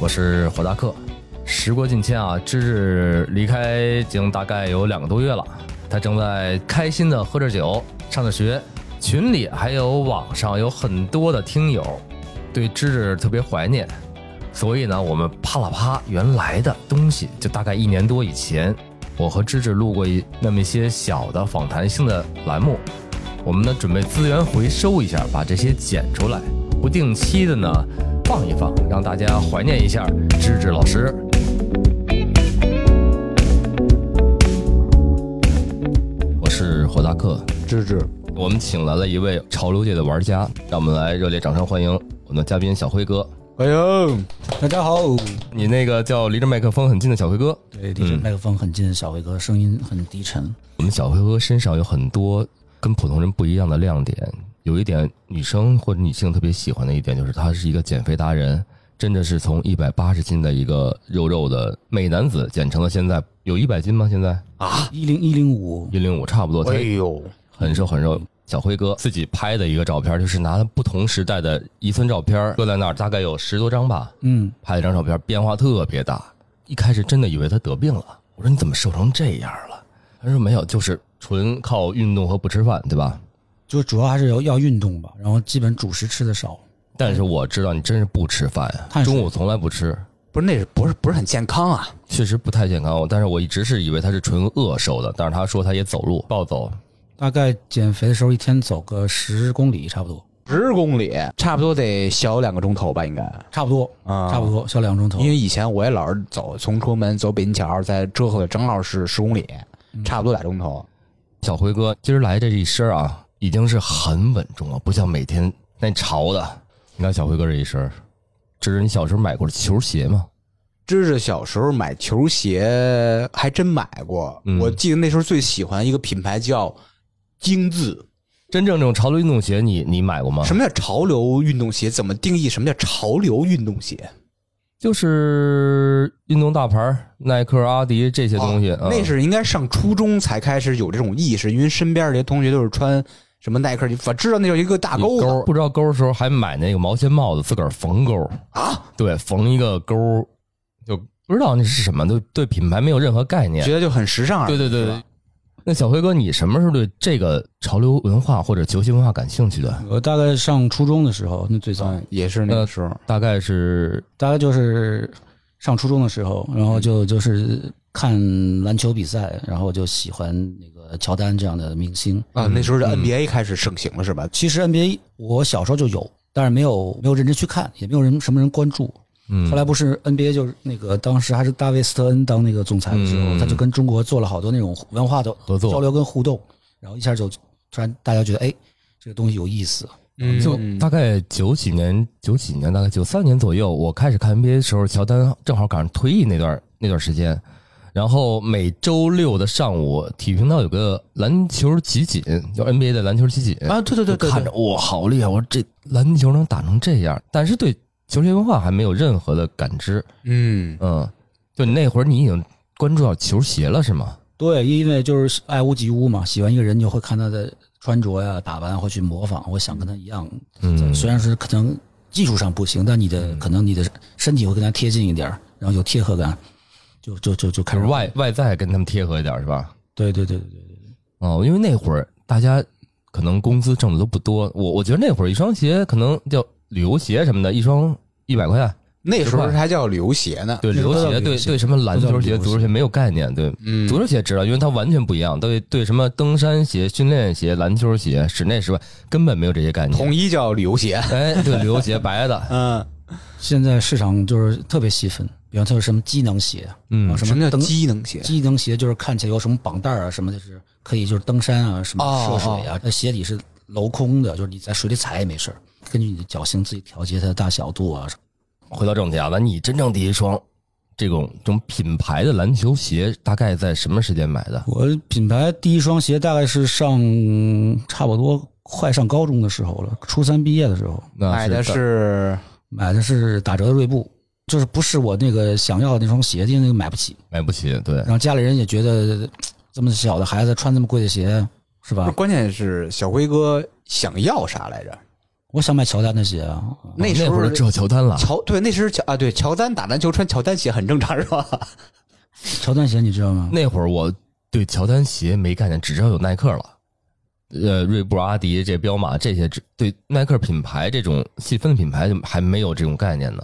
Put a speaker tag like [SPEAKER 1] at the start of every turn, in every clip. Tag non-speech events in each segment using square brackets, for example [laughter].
[SPEAKER 1] 我是火大客。时过境迁啊，芝芝离开已经大概有两个多月了，他正在开心的喝着酒，上着学。群里还有网上有很多的听友对芝芝特别怀念，所以呢，我们啪啦啪原来的东西，就大概一年多以前，我和芝芝录过一那么一些小的访谈性的栏目，我们呢准备资源回收一下，把这些剪出来，不定期的呢放一放，让大家怀念一下芝芝老师。我是火大克，
[SPEAKER 2] 芝芝，
[SPEAKER 1] 我们请来了一位潮流界的玩家，让我们来热烈掌声欢迎我们的嘉宾小辉哥。
[SPEAKER 2] 哎呦，大家好，
[SPEAKER 1] 你那个叫离着麦克风很近的小辉哥，
[SPEAKER 3] 对，离
[SPEAKER 2] 嗯
[SPEAKER 3] 着麦克风很近，小辉哥声音很低沉。
[SPEAKER 1] 我们小辉哥身上有很多跟普通人不一样的亮点，有一点女生或者女性特别喜欢的一点就是他是一个减肥达人，真的是从一百八十斤的一个肉肉的美男子减成了现在有一百斤吗？现在
[SPEAKER 3] 一零一零五，
[SPEAKER 1] 一零五差不多，才
[SPEAKER 2] 呦，
[SPEAKER 1] 很瘦很瘦。小辉哥自己拍的一个照片，就是拿了不同时代的一寸照片搁在那儿，大概有十多张吧，
[SPEAKER 3] 嗯，
[SPEAKER 1] 拍了一张照片，变化特别大。一开始真的以为他得病了，我说你怎么瘦成这样了？他说没有，就是纯靠运动和不吃饭，对吧？
[SPEAKER 3] 就主要还是要要运动吧，然后基本主食吃的少，
[SPEAKER 1] 但是我知道你真是不吃饭呀、
[SPEAKER 3] 碳水
[SPEAKER 1] 中午从来不吃，
[SPEAKER 2] 不是那是不是不是很健康啊？
[SPEAKER 1] 确实不太健康。哦但是我一直是以为他是纯饿瘦的，但是他说他也走路暴走，
[SPEAKER 3] 大概减肥的时候一天走个十公里差不多，
[SPEAKER 2] 十公里，差不多得小两个钟头吧，应该
[SPEAKER 3] 差不多，
[SPEAKER 2] 啊
[SPEAKER 3] 差不。多小两个钟头
[SPEAKER 2] 因。为以前我也老是走，从崇文门走北京桥，再折回来，正好是十公里，差不多俩钟头。
[SPEAKER 1] 小辉哥今儿来这一身啊，已经是很稳重了，不像每天那潮的。你看小辉哥这一身，这是你小时候买过的球鞋吗？
[SPEAKER 2] 芝芝小时候买球鞋还真买过，
[SPEAKER 1] 嗯
[SPEAKER 2] 我记得那时候最喜欢一个品牌叫英字。
[SPEAKER 1] 真正这种潮流运动鞋你，你买过吗？
[SPEAKER 2] 什么叫潮流运动鞋？怎么定义什么叫潮流运动鞋？
[SPEAKER 1] 就是运动大牌儿，耐克、阿迪这些东西。
[SPEAKER 2] 哦
[SPEAKER 1] 嗯
[SPEAKER 2] 那是应该上初中才开始有这种意识，因为身边这些同学都是穿什么耐克，你反知道那有一个大钩
[SPEAKER 1] 有
[SPEAKER 2] 子
[SPEAKER 1] 不知道钩儿的时候还买那个毛线帽子，自个儿缝钩儿
[SPEAKER 2] 啊，
[SPEAKER 1] 对，缝一个钩儿，就不知道那是什么，对对品牌没有任何概念
[SPEAKER 2] 觉。得就很时尚。啊
[SPEAKER 1] 对对对
[SPEAKER 2] 是
[SPEAKER 1] 对
[SPEAKER 2] 吧，。
[SPEAKER 1] 那小辉哥，你什么时候对这个潮流文化或者球鞋文化感兴趣的？
[SPEAKER 3] 我大概上初中的时候，那最早，
[SPEAKER 2] 嗯，也是那个时候。
[SPEAKER 1] 大概是
[SPEAKER 3] 大概就是上初中的时候，然后
[SPEAKER 2] 嗯
[SPEAKER 3] 就就是看篮球比赛，然后就喜欢那个乔丹这样的明星。
[SPEAKER 2] 啊，那时候的 NBA 开始盛行了，是吧？
[SPEAKER 3] 其实 NBA 我小时候就有，但是没有没有认真去看，也没有人什么人关注。
[SPEAKER 1] 嗯
[SPEAKER 3] 后来不是 NBA 就是那个当时还是大卫斯特恩当那个总裁的时候，
[SPEAKER 1] 嗯
[SPEAKER 3] 他就跟中国做了好多那种文化的
[SPEAKER 1] 合作
[SPEAKER 3] 交流跟互动，然后一下就突然大家觉得哎这个东西有意思，
[SPEAKER 2] 嗯
[SPEAKER 1] 就大概九几年，九几年大概九三年左右，我开始看 NBA 的时候，乔丹正好赶上退役那段那段时间，然后每周六的上午，体育频道有个篮球集锦，叫 NBA 的篮球集锦，
[SPEAKER 2] 啊，对对
[SPEAKER 1] 就
[SPEAKER 2] 对对，
[SPEAKER 1] 看着哇，好厉害！我说这篮球能打成这样，但是对球鞋文化还没有任何的感知。
[SPEAKER 2] 嗯，
[SPEAKER 1] 嗯，就你那会儿你已经关注到球鞋了是吗？
[SPEAKER 3] 对，因为就是爱屋及乌嘛，喜欢一个人就会看他的穿着呀、打扮，会去模仿，会想跟他一样。
[SPEAKER 1] 嗯
[SPEAKER 3] 虽然是可能技术上不行，但你的、可能你的身体会跟他贴近一点儿，然后有贴合感，就就就就开
[SPEAKER 1] 就
[SPEAKER 3] 始
[SPEAKER 1] 是外外在跟他们贴合一点是吧？
[SPEAKER 3] 对对对对对对，
[SPEAKER 1] 哦，因为那会儿大家可能工资挣的都不多，我我觉得那会儿一双鞋可能叫旅游鞋什么的，一双一百块钱。
[SPEAKER 2] 那
[SPEAKER 1] 十
[SPEAKER 2] 时候
[SPEAKER 1] 块
[SPEAKER 2] 还叫旅游鞋呢。
[SPEAKER 1] 对，旅游
[SPEAKER 3] 都
[SPEAKER 1] 鞋
[SPEAKER 3] 叫旅游
[SPEAKER 1] 对
[SPEAKER 3] 鞋
[SPEAKER 1] 对什么篮球
[SPEAKER 3] 都叫旅
[SPEAKER 1] 鞋、
[SPEAKER 3] 游
[SPEAKER 1] 足球鞋没有概念，对。
[SPEAKER 2] 嗯
[SPEAKER 1] 足球鞋知道，因为它完全不一样。对对，什么登山鞋、训练鞋、篮球鞋、室内室外根本没有这些概念。
[SPEAKER 2] 统一叫旅游鞋。
[SPEAKER 1] 哎，对，旅游鞋白
[SPEAKER 3] [laughs]
[SPEAKER 1] 的，
[SPEAKER 2] 嗯，
[SPEAKER 3] 现在市场就是特别细分，比方说有什么机能鞋，然
[SPEAKER 1] 嗯
[SPEAKER 3] 后，什
[SPEAKER 2] 什么
[SPEAKER 3] 么
[SPEAKER 2] 叫
[SPEAKER 3] 登
[SPEAKER 2] 机能鞋？
[SPEAKER 3] 机能鞋，就是看起来有什么绑带儿啊什么的，就是可以就是登山啊什么涉
[SPEAKER 2] 哦
[SPEAKER 3] 水啊，那鞋底是镂空的，就是你在水里踩也没事儿，根据你的脚型自己调节它的大小度啊什么。
[SPEAKER 1] 回到正题啊，那你真正第一双这种这种品牌的篮球鞋大概在什么时间买的？
[SPEAKER 3] 我品牌第一双鞋大概是上差不多快上高中的时候了，初三毕业的时候
[SPEAKER 1] 那
[SPEAKER 2] 买的
[SPEAKER 1] 是
[SPEAKER 2] 啊是
[SPEAKER 3] 买的是打折的锐步，就是不是我那个想要的那双鞋，因为那个买不起。
[SPEAKER 1] 买不起，对
[SPEAKER 3] 然后家里人也觉得这么小的孩子穿这么贵的鞋是
[SPEAKER 2] 不
[SPEAKER 3] 吧
[SPEAKER 2] 是？关键是小辉哥想要啥来着？
[SPEAKER 3] 我想买乔丹的鞋啊，
[SPEAKER 2] 那时
[SPEAKER 1] 那会
[SPEAKER 2] 候
[SPEAKER 1] 儿只有乔丹了，
[SPEAKER 2] 乔对那时候乔啊对乔丹打篮球穿乔丹鞋很正常是 [laughs] 吧？
[SPEAKER 3] 乔丹鞋你知道吗？
[SPEAKER 1] 那会儿我对乔丹鞋没概念，只知道有耐克了。呃，锐步、阿迪这彪马这些，只对耐克品牌这种细分的品牌就还没有这种概念呢。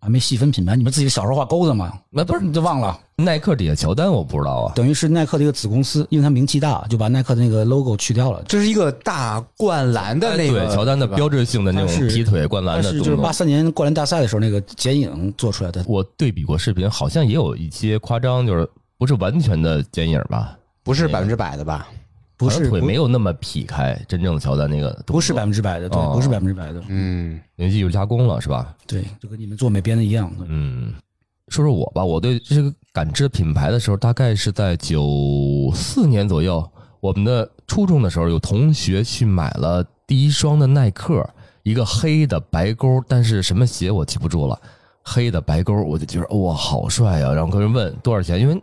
[SPEAKER 3] 还没细分品牌，你们自己小时候画钩子嘛？
[SPEAKER 1] 那不是
[SPEAKER 3] 你就忘了？
[SPEAKER 1] 耐克底下乔丹我不知道啊，
[SPEAKER 3] 等于是耐克的一个子公司，因为它名气大，就把耐克的那个 logo 去掉了。
[SPEAKER 2] 这是一个大灌篮的那个
[SPEAKER 1] 对乔丹的
[SPEAKER 2] 哎对吧
[SPEAKER 1] 标志性的那
[SPEAKER 3] 但
[SPEAKER 1] 种
[SPEAKER 3] 是
[SPEAKER 1] 踢腿灌篮
[SPEAKER 3] 但
[SPEAKER 1] 的
[SPEAKER 3] 是
[SPEAKER 1] 动
[SPEAKER 3] 就是
[SPEAKER 1] 作
[SPEAKER 3] 八。三年灌篮大赛的时候，那个剪影做出来的，
[SPEAKER 1] 我对比过视频，好像也有一些夸张，就是不是完全的剪影吧？
[SPEAKER 2] 不是百分之百的吧？
[SPEAKER 3] 不
[SPEAKER 1] 好像
[SPEAKER 3] 是
[SPEAKER 1] 腿
[SPEAKER 3] 不
[SPEAKER 1] 没有那么劈开，真正的乔丹那个
[SPEAKER 3] 不是百
[SPEAKER 1] 版，
[SPEAKER 3] 分之百的，对，
[SPEAKER 1] 哦
[SPEAKER 3] 不是百分之百的，
[SPEAKER 2] 嗯，
[SPEAKER 1] 人家有加工了是吧？
[SPEAKER 3] 对，就跟你们做美编的一样。对
[SPEAKER 1] 嗯，说说我吧，我对这个感知品牌的时候，大概是在九四年左右，我们的初中的时候，有同学去买了第一双的耐克，一个黑的白勾，但是什么鞋我记不住了，黑的白勾，我就觉得哇、好帅啊！然后跟人问多少钱，因为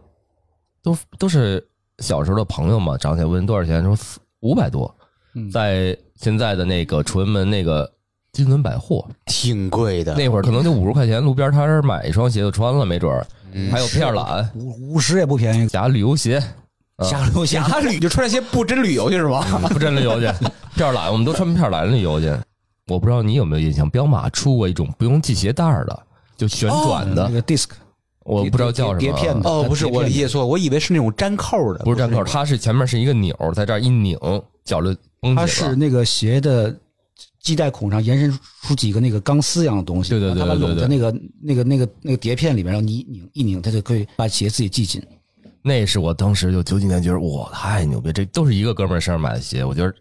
[SPEAKER 1] 都都是小时候的朋友嘛，长起来问多少钱，说四五百多，
[SPEAKER 3] 嗯
[SPEAKER 1] 在现在的那个崇文门那个金轮百货，
[SPEAKER 2] 挺贵的。
[SPEAKER 1] 那会儿可能就五十块钱，路边摊儿买一双鞋就穿了，没准儿。
[SPEAKER 3] 嗯
[SPEAKER 1] 还有片儿懒、
[SPEAKER 3] 五五十也不便宜，
[SPEAKER 1] 假旅游鞋， [laughs] 啊
[SPEAKER 3] 瞎溜瞎。
[SPEAKER 2] 假 [laughs] 旅就穿那些不真旅游去是吗？
[SPEAKER 1] 不真旅游去，片儿懒，我们都穿片儿懒旅游去。我不知道你有没有印象，彪马出过一种不用系鞋带儿的，就旋转的，
[SPEAKER 3] 那个 disc
[SPEAKER 1] 我不知道叫什么。啊
[SPEAKER 3] 碟碟片的
[SPEAKER 2] 哦，不是，我理解错，了，我以为是那种粘扣的，
[SPEAKER 1] 不是站扣，它是前面是一个钮儿，在这儿一拧，脚就绷
[SPEAKER 3] 它
[SPEAKER 1] 起来
[SPEAKER 3] 是
[SPEAKER 1] 了。
[SPEAKER 3] 那个鞋的系带孔上延伸出几个那个钢丝一样的东西，
[SPEAKER 1] 对对对
[SPEAKER 3] 然后它把
[SPEAKER 1] 对对
[SPEAKER 3] 拢在那个那个那个那个碟片里面，然后你一拧一拧，它就可以把鞋自己系紧。
[SPEAKER 1] 那是我当时就九几年觉得哇太牛逼，这都是一个哥们儿身上买的鞋，我觉得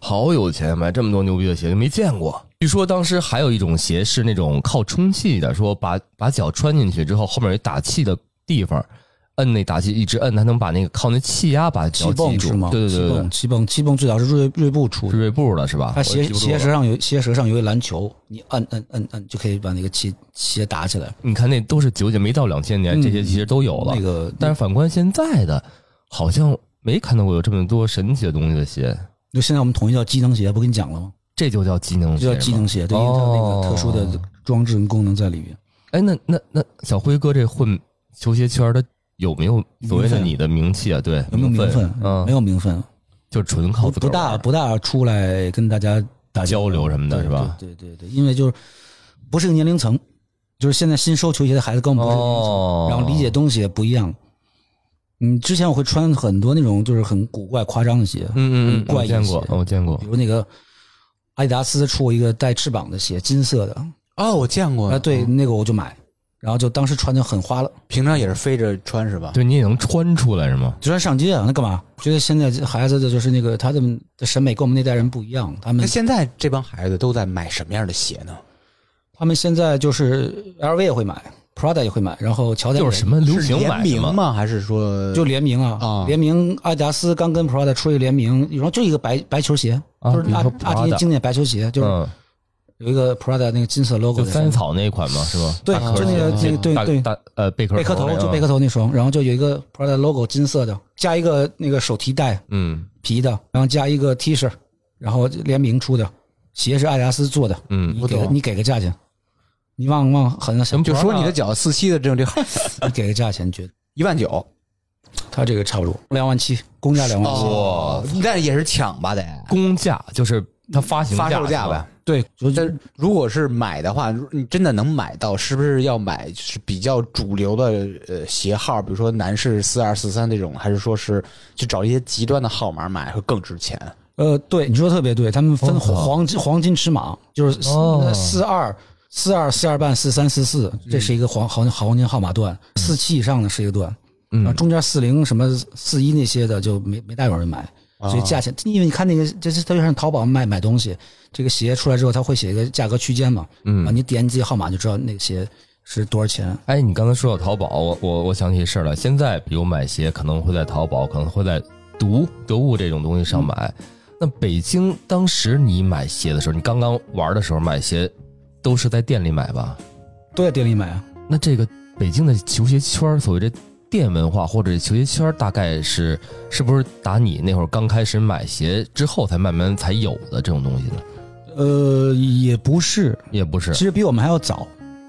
[SPEAKER 1] 好有钱，买这么多牛逼的鞋就没见过。据说当时还有一种鞋是那种靠充气的，说把把脚穿进去之后，后面有一打气的地方，摁那打气一直摁，它能把那个靠那气压把脚
[SPEAKER 3] 气
[SPEAKER 1] 系
[SPEAKER 3] 泵
[SPEAKER 1] 住
[SPEAKER 3] 是。吗？
[SPEAKER 1] 对对对
[SPEAKER 3] 气
[SPEAKER 1] 对
[SPEAKER 3] 泵，气泵，气泵最早是锐锐步出
[SPEAKER 1] 是
[SPEAKER 3] 的，
[SPEAKER 1] 锐步的是吧？
[SPEAKER 3] 它鞋
[SPEAKER 1] 我记不住
[SPEAKER 3] 鞋
[SPEAKER 1] 了
[SPEAKER 3] 舌上有鞋舌上有一篮球，你按按按按就可以把那个气鞋打起来。
[SPEAKER 1] 你看那都是九几没到两千年，
[SPEAKER 3] 嗯
[SPEAKER 1] 哎这些其实都有了。
[SPEAKER 3] 那个
[SPEAKER 1] 但是反观现在的，好像没看到过有这么多神奇的东西的鞋，
[SPEAKER 3] 就现在我们统一叫机能鞋，不跟你讲了吗？
[SPEAKER 1] 这就叫机能鞋
[SPEAKER 3] 就
[SPEAKER 1] 吗，
[SPEAKER 3] 叫机能鞋，对，因为它有那个特殊
[SPEAKER 1] 哦
[SPEAKER 3] 的装置跟功能在里面。
[SPEAKER 1] 哎，那那那小辉哥这混球鞋圈儿的有没有所谓的
[SPEAKER 3] 名分
[SPEAKER 1] 你的名气啊？对，
[SPEAKER 3] 有没有名分？
[SPEAKER 1] 嗯，
[SPEAKER 3] 没有名分，
[SPEAKER 1] 就纯靠
[SPEAKER 3] 不
[SPEAKER 1] 自个
[SPEAKER 3] 不
[SPEAKER 1] 儿玩
[SPEAKER 3] 大
[SPEAKER 1] 儿
[SPEAKER 3] 不大出来跟大家打嗯
[SPEAKER 1] 交流什么的，
[SPEAKER 3] 对
[SPEAKER 1] 是吧？
[SPEAKER 3] 对对对对，因为就是不是一个年龄层，就是现在新收球鞋的孩子跟我们不是一个年龄层，
[SPEAKER 1] 哦
[SPEAKER 3] 然后理解东西也不一样。嗯，之前我会穿很多那种就是很古怪夸张的鞋，
[SPEAKER 1] 嗯嗯嗯，
[SPEAKER 3] 怪
[SPEAKER 1] 我
[SPEAKER 3] 异
[SPEAKER 1] 见过
[SPEAKER 3] 鞋，
[SPEAKER 1] 我见过
[SPEAKER 3] 比。如那个阿迪达斯出过一个带翅膀的鞋，金色的
[SPEAKER 1] 嗯
[SPEAKER 2] 哦，我见过
[SPEAKER 3] 啊，对，，那个我就买，然后就当时穿的很花了，
[SPEAKER 2] 平常也是飞着穿是吧？
[SPEAKER 1] 对，你也能穿出来是吗？
[SPEAKER 3] 就穿上街啊，那干嘛？觉得现在孩子的就是那个他的审美跟我们那代人不一样，他
[SPEAKER 2] 那
[SPEAKER 3] 们
[SPEAKER 2] 现在这帮孩子都在买什么样的鞋呢？
[SPEAKER 3] 他们现在就是 LV 也会买，Prada 也会买，然后乔丹
[SPEAKER 1] 就是什么流行
[SPEAKER 2] 联
[SPEAKER 1] 买
[SPEAKER 2] 名
[SPEAKER 1] 什么，
[SPEAKER 2] 吗？还是说
[SPEAKER 3] 就联名啊，
[SPEAKER 2] 啊
[SPEAKER 3] 联名阿迪达斯刚跟 Prada 出一个联名，然后就一个白白球鞋，
[SPEAKER 1] 啊
[SPEAKER 3] 就是
[SPEAKER 1] 你
[SPEAKER 3] 阿
[SPEAKER 1] 说
[SPEAKER 3] 阿迪
[SPEAKER 1] Prada
[SPEAKER 3] 经典白球鞋，就是
[SPEAKER 1] 嗯，
[SPEAKER 3] 有一个 Prada 那个金色 logo
[SPEAKER 1] 就
[SPEAKER 3] 的
[SPEAKER 1] 三草那款嘛，是吧？
[SPEAKER 3] 对
[SPEAKER 1] 大壳
[SPEAKER 3] 就那个
[SPEAKER 1] 鞋
[SPEAKER 3] 那个对
[SPEAKER 1] 大
[SPEAKER 3] 对
[SPEAKER 1] 大呃贝壳
[SPEAKER 3] 贝壳头
[SPEAKER 1] 那个
[SPEAKER 3] 就贝壳，头那双，然后就有一个 Prada logo 金色的，加一个那个手提袋
[SPEAKER 1] 嗯
[SPEAKER 3] 皮的，然后加一个 T 恤，然后联名出的，鞋是阿迪达斯做的，
[SPEAKER 1] 嗯，
[SPEAKER 3] 你给
[SPEAKER 2] 我
[SPEAKER 3] 个
[SPEAKER 2] 懂
[SPEAKER 3] 你给个价钱，你往往很想
[SPEAKER 1] 行
[SPEAKER 2] 就说你的脚四七的这种这
[SPEAKER 3] [laughs] 你给个价钱，你觉得
[SPEAKER 2] 一万九，
[SPEAKER 3] 他这个差不多两万七，公价两万七。
[SPEAKER 1] 哇，
[SPEAKER 2] 但也是抢吧得。
[SPEAKER 1] 公价就是它发行
[SPEAKER 2] 发售
[SPEAKER 1] 价
[SPEAKER 2] 价
[SPEAKER 1] 是吧
[SPEAKER 2] 呗，，
[SPEAKER 3] 对，就
[SPEAKER 2] 但
[SPEAKER 3] 是
[SPEAKER 2] 是如果是买的话，如你真的能买到，是不是要买就是比较主流的呃鞋号，比如说男士四二四三这种，还是说是去找一些极端的号码买会更值钱？
[SPEAKER 3] 呃，对，你说的特别对，他们分
[SPEAKER 1] 哦
[SPEAKER 3] 黄黄金黄金尺码，就是
[SPEAKER 1] 哦
[SPEAKER 3] 四二、四二、四二半、四三、四四，这是一个黄黄黄金号码段，四七以上的是一个段，然后
[SPEAKER 1] 嗯，
[SPEAKER 3] 中间四零什么四一那些的就没没大有人买，所以价钱，因为你看那个，这是它就像淘宝买买东西，这个鞋出来之后，它会写一个价格区间嘛，
[SPEAKER 1] 嗯
[SPEAKER 3] 啊，你点你自己号码就知道那个鞋是多少钱？
[SPEAKER 1] 哎，你刚才说到淘宝，我我我想起事儿来。现在比如买鞋可能会在淘宝，可能会在读得物这种东西上买。那北京当时你买鞋的时候，你刚刚玩的时候买鞋，都是在店里买吧？
[SPEAKER 3] 都在店里买啊。
[SPEAKER 1] 那这个北京的球鞋圈儿，所谓这店文化或者球鞋圈，大概是是不是打你那会儿刚开始买鞋之后才慢慢才有的这种东西呢？
[SPEAKER 3] 呃，也不是，
[SPEAKER 1] 也不是
[SPEAKER 3] 其实比我们还要早，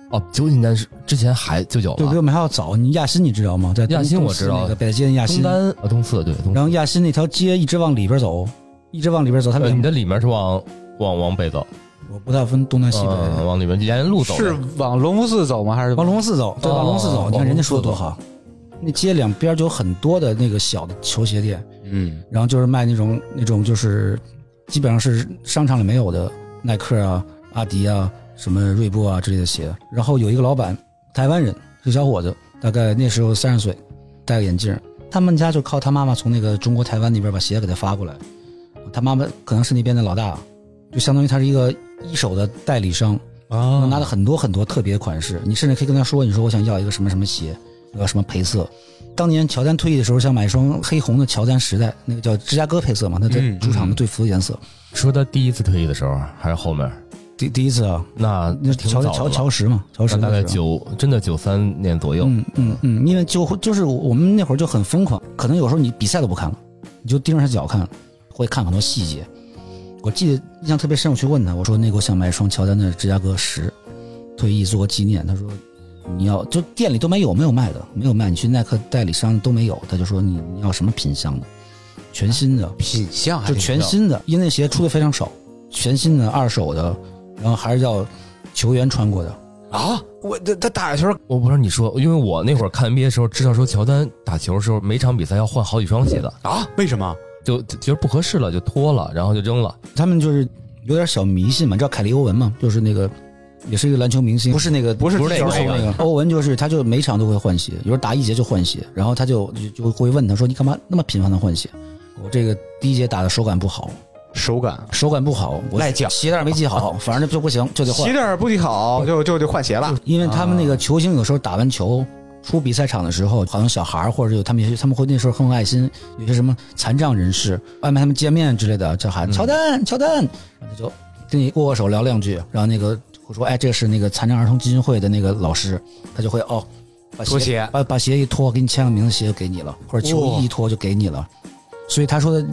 [SPEAKER 1] 哦，九几年是之前还就有
[SPEAKER 3] 对，比
[SPEAKER 1] 了，
[SPEAKER 3] 我们还要早。你亚新你知道吗？在东
[SPEAKER 1] 亚新我知道
[SPEAKER 3] 东四那个北京亚
[SPEAKER 1] 东
[SPEAKER 3] 新，
[SPEAKER 1] 单啊东四对东
[SPEAKER 3] 然后
[SPEAKER 1] 四，
[SPEAKER 3] 亚新那条街一直往里边走，一直往里边走，它
[SPEAKER 1] 呃
[SPEAKER 3] 每
[SPEAKER 1] 你的里面是往往往北走，
[SPEAKER 3] 我不太分东南西北。
[SPEAKER 1] 嗯，往里面沿路走的，
[SPEAKER 2] 是往龙福寺走吗？还是
[SPEAKER 3] 往龙寺走，对，
[SPEAKER 1] 哦
[SPEAKER 3] 往龙寺走。你看人家说的多
[SPEAKER 1] 往
[SPEAKER 3] 好，那街两边就有很多的那个小的球鞋店，
[SPEAKER 2] 嗯
[SPEAKER 3] 然后就是卖那种那种就是基本上是商场里没有的耐克啊、阿迪啊、什么锐步啊之类的鞋。然后有一个老板，台湾人，是小伙子，大概那时候三十岁，戴个眼镜儿。他们家就靠他妈妈从那个中国台湾那边把鞋给他发过来，他妈妈可能是那边的老大，就相当于他是一个一手的代理商。
[SPEAKER 2] 啊
[SPEAKER 3] 能拿到很多很多特别的款式。你甚至可以跟他说：“你说我想要一个什么什么鞋，我要什么配色。”当年乔丹退役的时候，想买一双黑红的乔丹时代，那个叫芝加哥配色嘛，他的
[SPEAKER 2] 嗯
[SPEAKER 3] 主场的队服的颜色。
[SPEAKER 1] 说他第一次退役的时候还是后面？
[SPEAKER 3] 第第一次啊，
[SPEAKER 1] 那
[SPEAKER 3] 那
[SPEAKER 1] 挺
[SPEAKER 3] 乔
[SPEAKER 1] 早的
[SPEAKER 3] 乔
[SPEAKER 1] 了
[SPEAKER 3] 乔什嘛，乔什
[SPEAKER 1] 那大概
[SPEAKER 3] 那时候
[SPEAKER 1] 九真的九三年左右，
[SPEAKER 3] 嗯嗯嗯，因为就会就是我们那会儿就很疯狂，可能有时候你比赛都不看了，你就盯着他脚看，会看很多细节。我记得印象特别深，我去问他，我说那个我想买一双乔丹的芝加哥十，退役做个纪念。他说你要就店里都没有，没有卖的，没有卖，你去耐克代理商都没有。他就说你你要什么品相的，全新的，
[SPEAKER 2] 品相还
[SPEAKER 3] 就
[SPEAKER 2] 挺
[SPEAKER 3] 全
[SPEAKER 2] 重要
[SPEAKER 3] 新的，因为那鞋出的非常少，全新的二手的，然后还是要球员穿过的。
[SPEAKER 2] 啊！我他他打球
[SPEAKER 1] 我不知道你说，因为我那会儿看 NBA 的时候，知道说乔丹打球的时候，每场比赛要换好几双鞋的，
[SPEAKER 2] 啊？为什么？
[SPEAKER 1] 就就觉得不合适了，就脱了，然后就扔了。
[SPEAKER 3] 他们就是有点小迷信嘛。你知道凯利·欧文吗？就是那个，也是一个篮球明星，不是那个，
[SPEAKER 2] 不是
[SPEAKER 1] 不是
[SPEAKER 2] 踢球
[SPEAKER 1] 那
[SPEAKER 2] 手
[SPEAKER 1] 个
[SPEAKER 2] 那个
[SPEAKER 3] 欧文就是他，就每场都会换鞋，有时候打一节就换鞋，然后他就就就会问他说：“你干嘛那么频繁的换鞋？”我这个第一节打的手感不好，
[SPEAKER 2] 手感，
[SPEAKER 3] 手感不好，我
[SPEAKER 2] 赖脚
[SPEAKER 3] 鞋带没系
[SPEAKER 2] [laughs]
[SPEAKER 3] 好，反正就不行，就得换
[SPEAKER 2] 鞋。垫不踢好就就就换鞋了。
[SPEAKER 3] 因为他们那个球星有时候打完球出比赛场的时候，好像小孩儿或者有他们有些他们会那时候很有爱心，有些什么残障人士安排他们见面之类的，叫喊乔丹乔丹，然后就跟你握握手聊两句，然后那个我说哎这是那个残障儿童基金会的那个老师，他就会哦。把
[SPEAKER 2] 脱鞋
[SPEAKER 3] 把把鞋一脱，给你签个名，鞋就给你了，或者球衣一脱就给你了。所以他说的，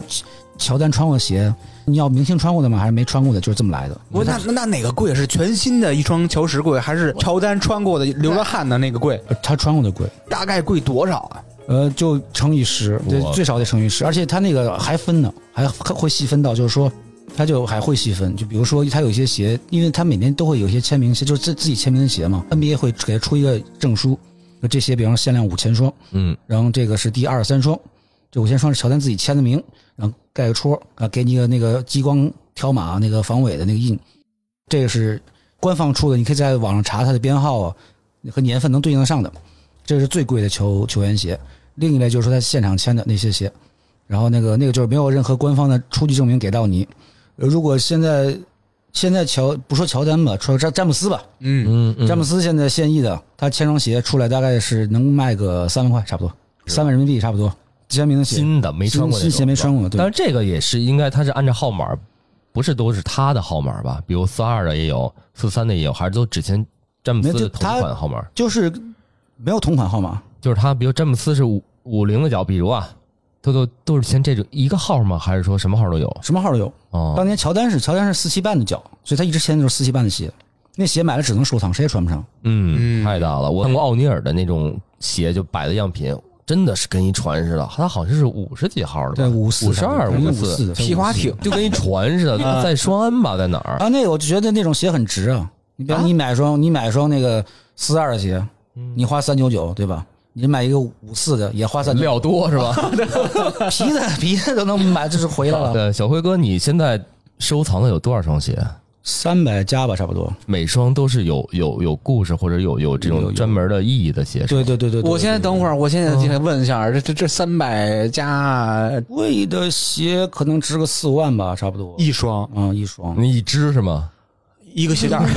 [SPEAKER 3] 乔丹穿过的鞋，你要明星穿过的吗？还是没穿过的？就是这么来的。
[SPEAKER 2] 不，那那那哪个贵？是全新的一双乔石贵，还是乔丹穿过的流着汗的那个贵？
[SPEAKER 3] 呃他穿过的贵，
[SPEAKER 2] 大概贵多少啊？
[SPEAKER 3] 呃，就乘以十，对，
[SPEAKER 1] 哇
[SPEAKER 3] 最少得乘以十，而且它那个还分呢，还还会细分到，就是说，它就还会细分，就比如说它有一些鞋，因为它每年都会有一些签名鞋，就是自自己签名的鞋嘛，NBA 会给它出一个证书，那这鞋比方说限量五千双，
[SPEAKER 1] 嗯，
[SPEAKER 3] 然后这个是第二十三双，这五千双是乔丹自己签的名，然后盖个戳啊，给你一个那个激光条码那个防伪的那个印，这个是官方出的，你可以在网上查它的编号啊和年份能对应得上的，这是最贵的球球员鞋。另一类就是说他现场签的那些鞋，然后那个那个就是没有任何官方的出具证明给到你。呃如果现在现在乔不说乔丹吧，说詹詹姆斯吧，
[SPEAKER 2] 嗯，
[SPEAKER 1] 嗯，嗯
[SPEAKER 3] 詹姆斯现在现役的，他签双鞋出来大概是能卖个三万块，差不多三万人民币差不多。签名的鞋，
[SPEAKER 1] 新的没穿过那
[SPEAKER 3] 新
[SPEAKER 1] 种
[SPEAKER 3] 新鞋没穿过，
[SPEAKER 1] 但
[SPEAKER 3] 对
[SPEAKER 1] 是这个也是应该，它是按照号码，不是都是他的号码吧？比如四二的也有，四三的也有，还是都只签詹姆斯
[SPEAKER 3] 没有
[SPEAKER 1] 的
[SPEAKER 3] 就
[SPEAKER 1] 同
[SPEAKER 3] 他
[SPEAKER 1] 款号码？
[SPEAKER 3] 就是没有同款号码，
[SPEAKER 1] 就是他，比如詹姆斯是五五零的脚，比如啊，都都都是签这种一个号吗？还是说什么号都有？
[SPEAKER 3] 什么号都有。
[SPEAKER 1] 哦
[SPEAKER 3] 当，年乔丹是乔丹是四七半的脚，所以他一直签的就是四七半的鞋。那鞋买了只能收藏，谁也穿不上。
[SPEAKER 1] 嗯，
[SPEAKER 2] 嗯
[SPEAKER 1] 太大了。我看过奥尼尔的那种鞋，就摆的样品，真的是跟一船似的。他好像是五十几号的吧，
[SPEAKER 3] 对，五
[SPEAKER 1] 五十二、
[SPEAKER 3] 五
[SPEAKER 1] 五
[SPEAKER 3] 四
[SPEAKER 1] 四，啊
[SPEAKER 3] 的
[SPEAKER 2] 皮划艇
[SPEAKER 1] 就跟一船似的。在双安吧，在哪儿？
[SPEAKER 3] 啊，那个我就觉得那种鞋很值啊！你比方你买双，你买双那个四二的鞋，
[SPEAKER 1] 嗯
[SPEAKER 3] 你花三九九，对吧？你买一个五四的也花三九，
[SPEAKER 1] 料多是吧？
[SPEAKER 3] 皮的皮的都能买，这是回来了
[SPEAKER 1] 对，小辉哥，你现在收藏的有多少双鞋？
[SPEAKER 3] 三百加吧，差不多。
[SPEAKER 1] 每双都是有有有故事，或者有有这种专门的意义的鞋。是吧
[SPEAKER 3] 对对对对，对
[SPEAKER 2] 我现在等会儿，我现在就想问一下，这这这三百加
[SPEAKER 3] 贵的鞋可能值个四万吧，差不多。
[SPEAKER 2] 一双，
[SPEAKER 3] 啊，一双
[SPEAKER 1] 你一只是吗？
[SPEAKER 2] 一个鞋带儿，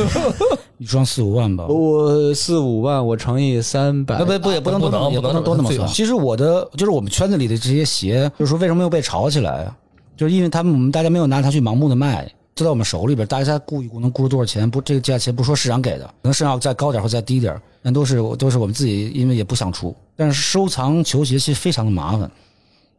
[SPEAKER 3] 你装四五万吧。
[SPEAKER 2] [laughs] 我四五万，我乘以三百
[SPEAKER 3] 不，不不，也不能
[SPEAKER 1] 哎不
[SPEAKER 3] 多那么
[SPEAKER 1] 能
[SPEAKER 3] 也
[SPEAKER 1] 不能
[SPEAKER 3] 能多那么
[SPEAKER 1] 最
[SPEAKER 3] 算。
[SPEAKER 1] 好
[SPEAKER 3] 其实我的就是我们圈子里的这些鞋，就是说为什么又被炒起来啊？就是因为他们我们大家没有拿它去盲目的卖，就在我们手里边，大家估一估能估出多少钱？不，这个价钱不说市场给的，可能市场再高点或再低点，那都
[SPEAKER 2] [laughs]
[SPEAKER 3] 是都是我们自己，因为也不想出。但是收藏球鞋其实非常的麻烦，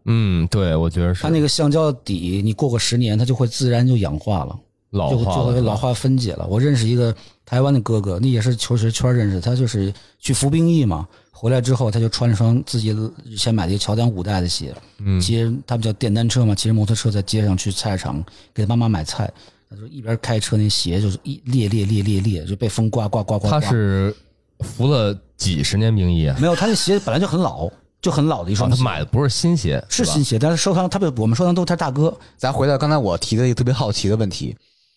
[SPEAKER 1] 嗯，对，我觉得是
[SPEAKER 3] 它那个橡胶底，你过个十年，它就会自然就氧化了。
[SPEAKER 1] 老
[SPEAKER 3] 就
[SPEAKER 1] 化
[SPEAKER 3] 就
[SPEAKER 1] 了
[SPEAKER 3] 会老化分解了。我认识一个台湾的哥哥，那也是球鞋圈认识，他就是去服兵役嘛，回来之后他就穿双自己以前买的一个乔丹五代的鞋，
[SPEAKER 1] 嗯
[SPEAKER 3] 骑着他们叫电单车嘛，骑着摩托车在街上去菜市场给他妈妈买菜，他就一边开车，那鞋就是一裂裂裂裂裂，就被风刮刮刮刮刮。
[SPEAKER 1] 他是服了几十年兵役啊，
[SPEAKER 3] 没有，他那鞋本来就很老，就很老的一
[SPEAKER 1] 啊
[SPEAKER 3] 双
[SPEAKER 1] 他
[SPEAKER 3] 鞋。
[SPEAKER 1] 买的不是新鞋，
[SPEAKER 3] 是
[SPEAKER 1] 吧
[SPEAKER 3] 新鞋，但是收藏他被我们收藏都是他大哥，
[SPEAKER 2] 咱回到刚才我提的一个特别好奇的问题，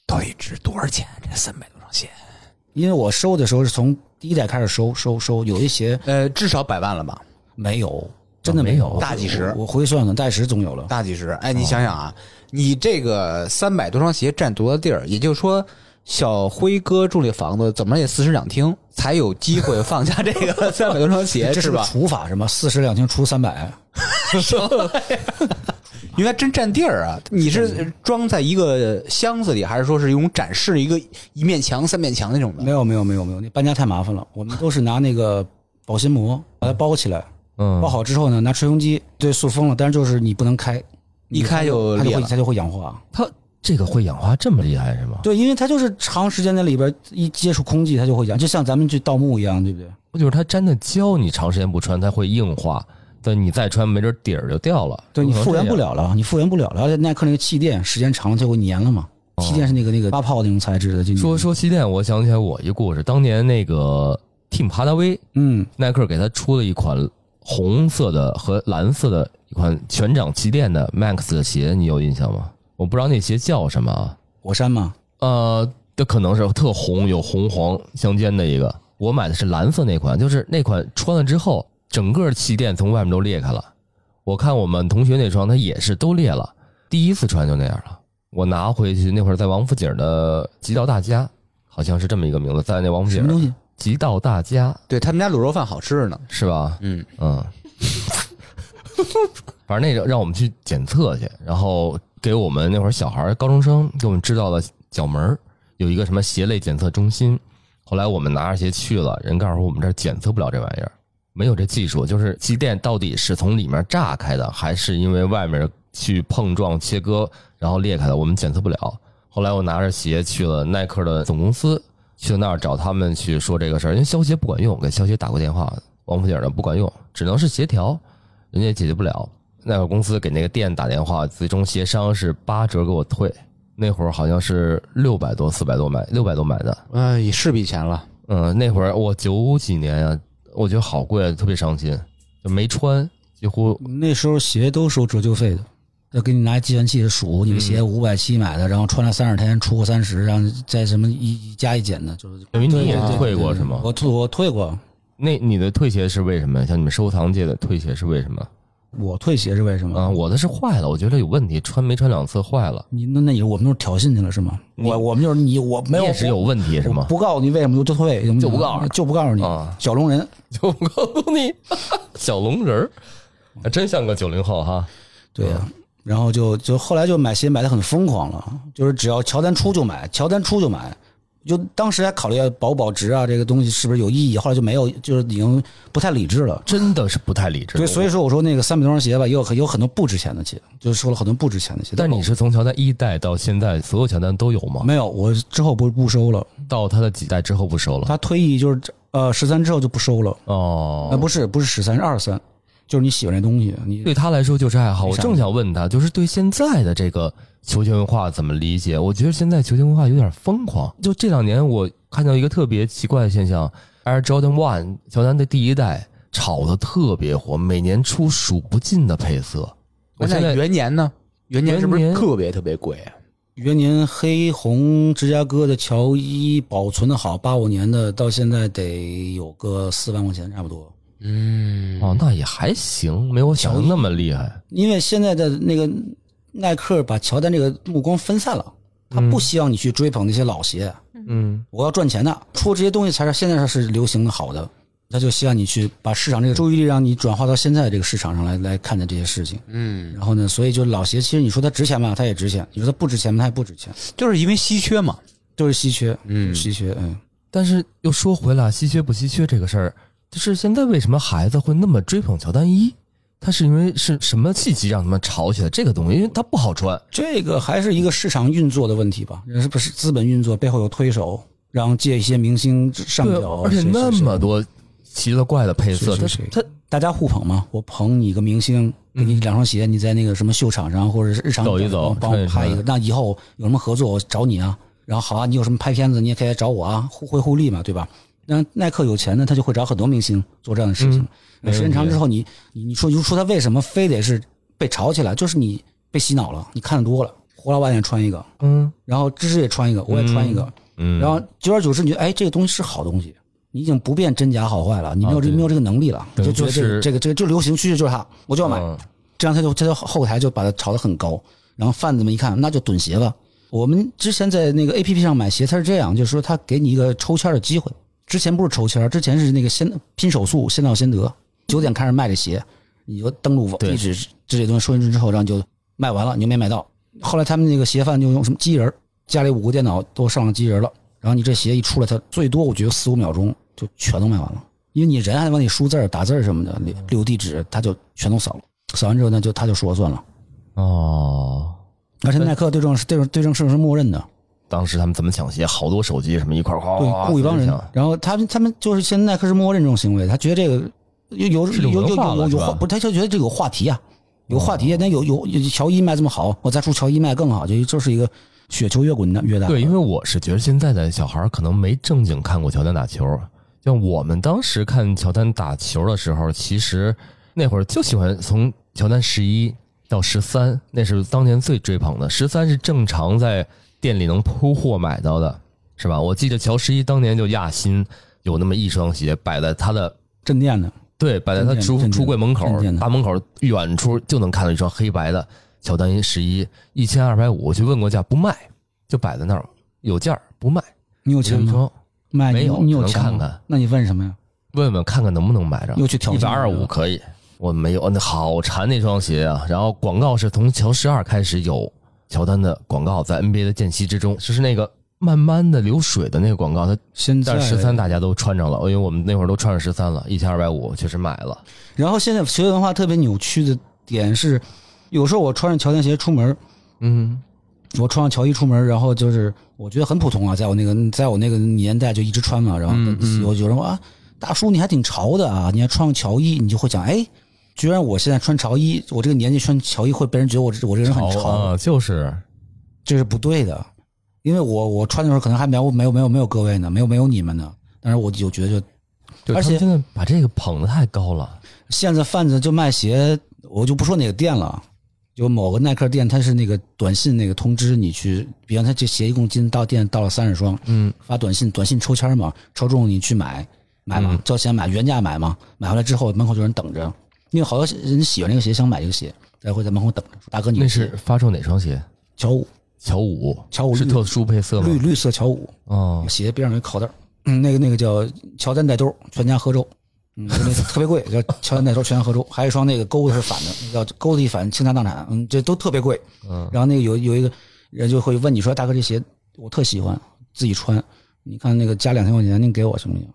[SPEAKER 2] 到底值多少钱？这三百多双鞋，
[SPEAKER 3] 因为我收的时候是从第一代开始收收收，有一些
[SPEAKER 2] 呃，至少百万了吧？
[SPEAKER 3] 没有，真的没有，
[SPEAKER 2] 大几十
[SPEAKER 3] 我我回去算算，大几十总有了。
[SPEAKER 2] 大几十。哎，你想想啊，你这个三百多双鞋占多大地儿？也就是说，小辉哥住这房子怎么也四室两厅，才有机 [laughs] 会放下这个三百多双 [laughs] 鞋，
[SPEAKER 3] 这
[SPEAKER 2] 是
[SPEAKER 3] 是个
[SPEAKER 2] 吧？
[SPEAKER 3] 除法什么？四室两厅除三百，
[SPEAKER 2] 因为真占地儿啊！你是装在一个箱子里，还是说是用展示一个一面墙、三面墙那种
[SPEAKER 3] 没
[SPEAKER 2] 的？
[SPEAKER 3] 有没有没有没有，那搬家太麻烦了。我们都是拿那个保鲜膜把它包起来，
[SPEAKER 1] 嗯
[SPEAKER 3] 包好之后呢，拿吹风机对塑封了，但是就是你不能开，
[SPEAKER 2] 一开就
[SPEAKER 3] 它就
[SPEAKER 2] 裂
[SPEAKER 3] 会
[SPEAKER 2] 了。
[SPEAKER 3] 它就会氧化。
[SPEAKER 1] 他这个会氧化这么厉害是吗？
[SPEAKER 3] 对，因为它就是长时间在里边一接触空气，它就会氧，就像咱们去盗墓一样，对不对？
[SPEAKER 1] 就是它粘的胶，你长时间不穿，它会硬化。但你再穿，没准底儿就掉了。
[SPEAKER 3] 对你
[SPEAKER 1] 有可能
[SPEAKER 3] 复原
[SPEAKER 1] 这
[SPEAKER 3] 不
[SPEAKER 1] 样。
[SPEAKER 3] 了了，你复原不了了。而且耐克那个气垫时间长了就会粘了嘛，气垫是那个那个发泡那种材质的，就粘
[SPEAKER 1] 说说气垫，我想起来我一故事，当年那个 Team 哈达威，
[SPEAKER 3] 嗯，
[SPEAKER 1] 耐克给他出了一款红色的和蓝色的一款全掌气垫的 Max 的鞋，你有印象吗？我不知道那鞋叫什么啊，
[SPEAKER 3] 火山嘛，
[SPEAKER 1] 呃，这可能是特红，有红黄相间的一个。我买的是蓝色那款，就是那款穿了之后，整个气垫从外面都裂开了。我看我们同学那双，它也是都裂了。第一次穿就那样了。我拿回去那会儿在王府井的吉道大家，好像是这么一个名字，在那王府
[SPEAKER 3] 什么东
[SPEAKER 1] 井
[SPEAKER 3] 西？
[SPEAKER 1] 吉道大家
[SPEAKER 2] 对他们家卤肉饭好吃呢。
[SPEAKER 1] 是吧？
[SPEAKER 2] 嗯，
[SPEAKER 1] 嗯， [laughs] 反正那个让我们去检测去，然后给我们那会儿小孩儿高中生给我们制造了角门儿有一个什么鞋类检测中心。后来我们拿着鞋去了，人告诉我们这儿检测不了这玩意儿，没有这技术，就是气垫到底是从里面炸开的，还是因为外面去碰撞切割然后裂开的，我们检测不了。后来我拿着鞋去了耐克的总公司，去那儿找他们去说这个事儿，因为消协不管用，给消协打过电话，王府井的不管用，只能是协调，人家也解决不了。耐克公司给那个店打电话，最终协商是八折给我退。那会儿好像是六百多、四百多买，六百多买的。
[SPEAKER 2] 哎，也是笔钱了。
[SPEAKER 1] 嗯，那会儿我九几年呀、我觉得好贵，啊特别伤心，就没穿，几乎
[SPEAKER 3] 那时候鞋都收折旧费的，要给你拿计算器数
[SPEAKER 1] 嗯
[SPEAKER 3] 你的鞋五百七买的，然后穿了三十天出过三十，然后再什么一一加一减的，就是
[SPEAKER 1] 等于你
[SPEAKER 3] 对
[SPEAKER 1] 也
[SPEAKER 3] 对对
[SPEAKER 1] 退过
[SPEAKER 3] 对
[SPEAKER 1] 是吗
[SPEAKER 3] 我退我退过，
[SPEAKER 1] 那你的退鞋是为什么呀？像你们收藏界的退鞋是为什么？
[SPEAKER 3] 我退鞋是为什么？
[SPEAKER 1] 啊，我的是坏了，我觉得有问题，穿没穿两次坏了，
[SPEAKER 3] 你那那也我们就是挑衅去了是吗？我我们就是你我没
[SPEAKER 1] 你
[SPEAKER 3] 有
[SPEAKER 1] 也是有问题是
[SPEAKER 3] 我
[SPEAKER 1] 吗？
[SPEAKER 3] 不告诉你为什么就退，
[SPEAKER 1] 就不告诉你
[SPEAKER 3] 就不告诉你
[SPEAKER 1] 啊，
[SPEAKER 3] 小龙人。
[SPEAKER 1] [laughs] 就不告诉你，小龙人儿，还真像个九零后哈。
[SPEAKER 3] 对
[SPEAKER 1] 啊
[SPEAKER 3] 呀、嗯然后就就后来就买鞋买的很疯狂了，就是只要乔丹出就买，乔丹出就买，就当时还考虑保不保值啊，这个东西是不是有意义，后来就没有，就是已经不太理智
[SPEAKER 1] [laughs]
[SPEAKER 3] 了。
[SPEAKER 1] 真的是不太理智。
[SPEAKER 3] 对，所以说我说那个三百多双鞋吧，也有很有很多不值钱的鞋，就是收了很多不值钱的鞋。
[SPEAKER 1] 但你是从乔丹一代到现在，所有乔丹都有吗？
[SPEAKER 3] 没有，我之后不不收了。
[SPEAKER 1] 到他的几代之后不收了。
[SPEAKER 3] 他退役就是呃十三之后就不收了，
[SPEAKER 1] 哦，
[SPEAKER 3] 呃不是不是十三是二三，就是你喜欢这东西，你
[SPEAKER 1] 对他来说就是爱好。我
[SPEAKER 3] 啥
[SPEAKER 1] 正想问他，就是对现在的这个球鞋文化怎么理解？我觉得现在球鞋文化有点疯狂。就这两年，我看到一个特别奇怪的现象，Air Jordan One 乔丹的第一代炒的特别火，每年出数不尽的配色。我现
[SPEAKER 2] 那
[SPEAKER 1] 在
[SPEAKER 2] 元年呢？元年是不
[SPEAKER 1] 元
[SPEAKER 2] 是
[SPEAKER 1] 年
[SPEAKER 2] 特别特别贵啊？
[SPEAKER 3] 元年黑红芝加哥的乔伊保存的好，八五年的到现在得有个四万块钱差不多。
[SPEAKER 2] 嗯，
[SPEAKER 1] 哦，那也还行，没有我想的那么厉害。
[SPEAKER 3] 因为现在的那个耐克把乔丹这个目光分散了，他不希望你去追捧那些老鞋，
[SPEAKER 1] 嗯
[SPEAKER 3] 我要赚钱的，出这些东西才是现在是流行的好的。他就希望你去把市场这个注意力让你转化到现在这个市场上来来看待这些事情。
[SPEAKER 2] 嗯，
[SPEAKER 3] 然后呢，所以就老鞋，其实你说它值钱吧，它也值钱；你说它不值钱吧，它也不值钱，
[SPEAKER 2] 就是因为稀缺嘛。
[SPEAKER 3] 就是稀缺，
[SPEAKER 2] 嗯
[SPEAKER 3] 稀缺，嗯。
[SPEAKER 1] 但是又说回来，稀缺不稀缺这个事儿，就是现在为什么孩子会那么追捧乔丹一？他是因为是什么契机让他们炒起来这个东西？因为它不好穿。
[SPEAKER 3] 这个还是一个市场运作的问题吧，是不是资本运作背后有推手，然后借一些明星上
[SPEAKER 1] 对，
[SPEAKER 3] 脚，
[SPEAKER 1] 而且
[SPEAKER 3] 谁
[SPEAKER 1] 那
[SPEAKER 3] 谁
[SPEAKER 1] 么多奇了怪的配色，
[SPEAKER 3] 谁
[SPEAKER 1] 它
[SPEAKER 3] 谁
[SPEAKER 1] 它
[SPEAKER 3] 大家互捧嘛，我捧你一个明星，给你两双鞋，你在那个什么秀场上或者是日常
[SPEAKER 1] 走一走
[SPEAKER 3] 帮我
[SPEAKER 1] 穿一
[SPEAKER 3] 拍一个。那以后有什么合作，我找你啊。然后好啊，你有什么拍片子，你也可以来找我啊，互惠互利嘛，对吧？那耐克有钱呢，他就会找很多明星做这样的事情。
[SPEAKER 1] 嗯没
[SPEAKER 3] 时间
[SPEAKER 1] 问
[SPEAKER 3] 长
[SPEAKER 1] 题
[SPEAKER 3] 之后，你你你说你说他为什么非得是被炒起来？就是你被洗脑了，你看的多了，胡老板也穿一个，
[SPEAKER 1] 嗯
[SPEAKER 3] 然后芝芝也穿一个，我也穿一个，
[SPEAKER 1] 嗯，
[SPEAKER 3] 然后久而久之，你觉得哎，这个东西是好东西，你已经不辨真假好坏了，你没有这、
[SPEAKER 1] 啊对
[SPEAKER 3] 没有这个能力了，
[SPEAKER 1] 对
[SPEAKER 3] 就觉得
[SPEAKER 1] 就
[SPEAKER 3] 这个
[SPEAKER 1] 是
[SPEAKER 3] 这个这个就流行趋势就是它，我就要买，
[SPEAKER 1] 嗯
[SPEAKER 3] 这样他就他就后台就把它炒得很高，然后贩子们一看那就囤鞋吧。我们之前在那个 A P P 上买鞋，它是这样，就是说它给你一个抽签的机会。之前不是抽签，之前是那个先拼手速，先到先得。九点开始卖这鞋，你就登录
[SPEAKER 1] 对
[SPEAKER 3] 地址这些东西输进去之后，然后你就卖完了，你就没买到。后来他们那个鞋贩就用什么机器人儿，家里五个电脑都上了机器人了，然后你这鞋一出来，它最多我觉得四五秒钟就全都卖完了，因为你人还往里输字儿、打字儿什么的，留留地址，他就全都扫了。扫完之后呢，就他就说了算了。
[SPEAKER 1] 哦，
[SPEAKER 3] 而且耐克对这种对这种对这种事儿是默认的，
[SPEAKER 1] 当时他们怎么抢鞋？好多手机什么一块儿哗哗
[SPEAKER 3] 对，
[SPEAKER 1] 哗
[SPEAKER 3] 雇一帮人
[SPEAKER 1] 抢，
[SPEAKER 3] 然后他们他们就是现在耐克是默认这种行为，他觉得这个有有
[SPEAKER 1] 是
[SPEAKER 3] 有有
[SPEAKER 1] 文化
[SPEAKER 3] 有
[SPEAKER 1] 了
[SPEAKER 3] 有
[SPEAKER 1] 是
[SPEAKER 3] 有
[SPEAKER 1] 吧
[SPEAKER 3] 话，不是他就觉得这个有话题啊，有话题啊，那有有有乔伊卖这么好，我再出乔伊卖更好，就就是一个雪球越滚的越大。
[SPEAKER 1] 对，因为我是觉得现在的小孩儿可能没正经看过乔丹打球，像我们当时看乔丹打球的时候，其实那会儿就喜欢从乔丹十一到十三，那是当年最追捧的。十三是正常在店里能铺货买到的，是吧？我记得乔十一当年就亚新有那么一双鞋摆在他的
[SPEAKER 3] 镇店的，
[SPEAKER 1] 对，摆在他
[SPEAKER 3] 真见
[SPEAKER 1] 橱
[SPEAKER 3] 真见
[SPEAKER 1] 橱柜门口
[SPEAKER 3] 真见，的
[SPEAKER 1] 大门口远处就能看到一双黑白的乔丹十一，一千二百五，我去问过价不卖，就摆在那儿，有价儿不卖。
[SPEAKER 3] 你有
[SPEAKER 1] 我
[SPEAKER 3] 钱
[SPEAKER 1] 就
[SPEAKER 3] 吗？
[SPEAKER 1] 说
[SPEAKER 3] 卖
[SPEAKER 1] 没
[SPEAKER 3] 你
[SPEAKER 1] 有
[SPEAKER 3] 你有
[SPEAKER 1] 只能
[SPEAKER 3] 钱
[SPEAKER 1] 看
[SPEAKER 3] 吗
[SPEAKER 1] 看？
[SPEAKER 3] 那你问什么呀？
[SPEAKER 1] 问问看看能不能买着，
[SPEAKER 3] 又去挑
[SPEAKER 1] 一
[SPEAKER 3] 衅
[SPEAKER 1] 百二
[SPEAKER 3] 了
[SPEAKER 1] 五可以，我没有，那好馋那双鞋啊。然后广告是从乔十二开始有乔丹的广告，在 NBA 的间隙之中，就是那个慢慢的流水的那个广告，它
[SPEAKER 3] 现在
[SPEAKER 1] 但是十三大家都穿上了，因为我们那会儿都穿上十三了，一千二百五确实买了。
[SPEAKER 3] 然后现在鞋文化特别扭曲的点是，有时候我穿着乔丹鞋出门，
[SPEAKER 1] 嗯，
[SPEAKER 3] 我穿上乔伊出门，然后就是我觉得很普通啊，在我那个在我那个年代就一直穿嘛，然后有有人说啊，大叔你还挺潮的啊，你还穿个乔伊，你就会想，哎，居然我现在穿潮衣，我这个年纪穿潮衣会被人觉得我这我这个人很潮，
[SPEAKER 1] 啊，就是
[SPEAKER 3] 这是不对的，因为我我穿的时候可能还没有没有没有没有各位呢，没有没有你们呢，但是我就觉得就
[SPEAKER 1] 就是他
[SPEAKER 3] 而且
[SPEAKER 1] 们现在把这个捧的太高了。
[SPEAKER 3] 现在贩子就卖鞋，我就不说哪个店了，有某个耐克店，它是那个短信那个通知你去，比方他这鞋一共今到店到了三十双，
[SPEAKER 1] 嗯，
[SPEAKER 3] 发短信，短信抽签嘛，抽中你去买，买
[SPEAKER 1] 嗯
[SPEAKER 3] 嘛，交钱买，原价买嘛，买回来之后门口就有人等着，因为好多人喜欢这个鞋，想买这个鞋，待会在门口等着，说大哥你
[SPEAKER 1] 那是发售哪双鞋？
[SPEAKER 3] 乔五
[SPEAKER 1] 乔五，
[SPEAKER 3] 乔五
[SPEAKER 1] 是
[SPEAKER 3] 绿
[SPEAKER 1] 特殊配色吗？
[SPEAKER 3] 绿绿色乔五，
[SPEAKER 1] 哦，
[SPEAKER 3] 鞋边上有口袋儿，嗯，那个那个叫乔丹带兜，全家合州，嗯，那个特别贵，叫乔丹带兜，全家合州。还有一双那个钩子是反的，那叫钩子一反倾家荡产，嗯，这都特别贵。
[SPEAKER 1] 嗯，
[SPEAKER 3] 然后那个有有一个人就会问你说，大哥这鞋我特喜欢，自己穿，你看那个加两千块钱，您给我行不行？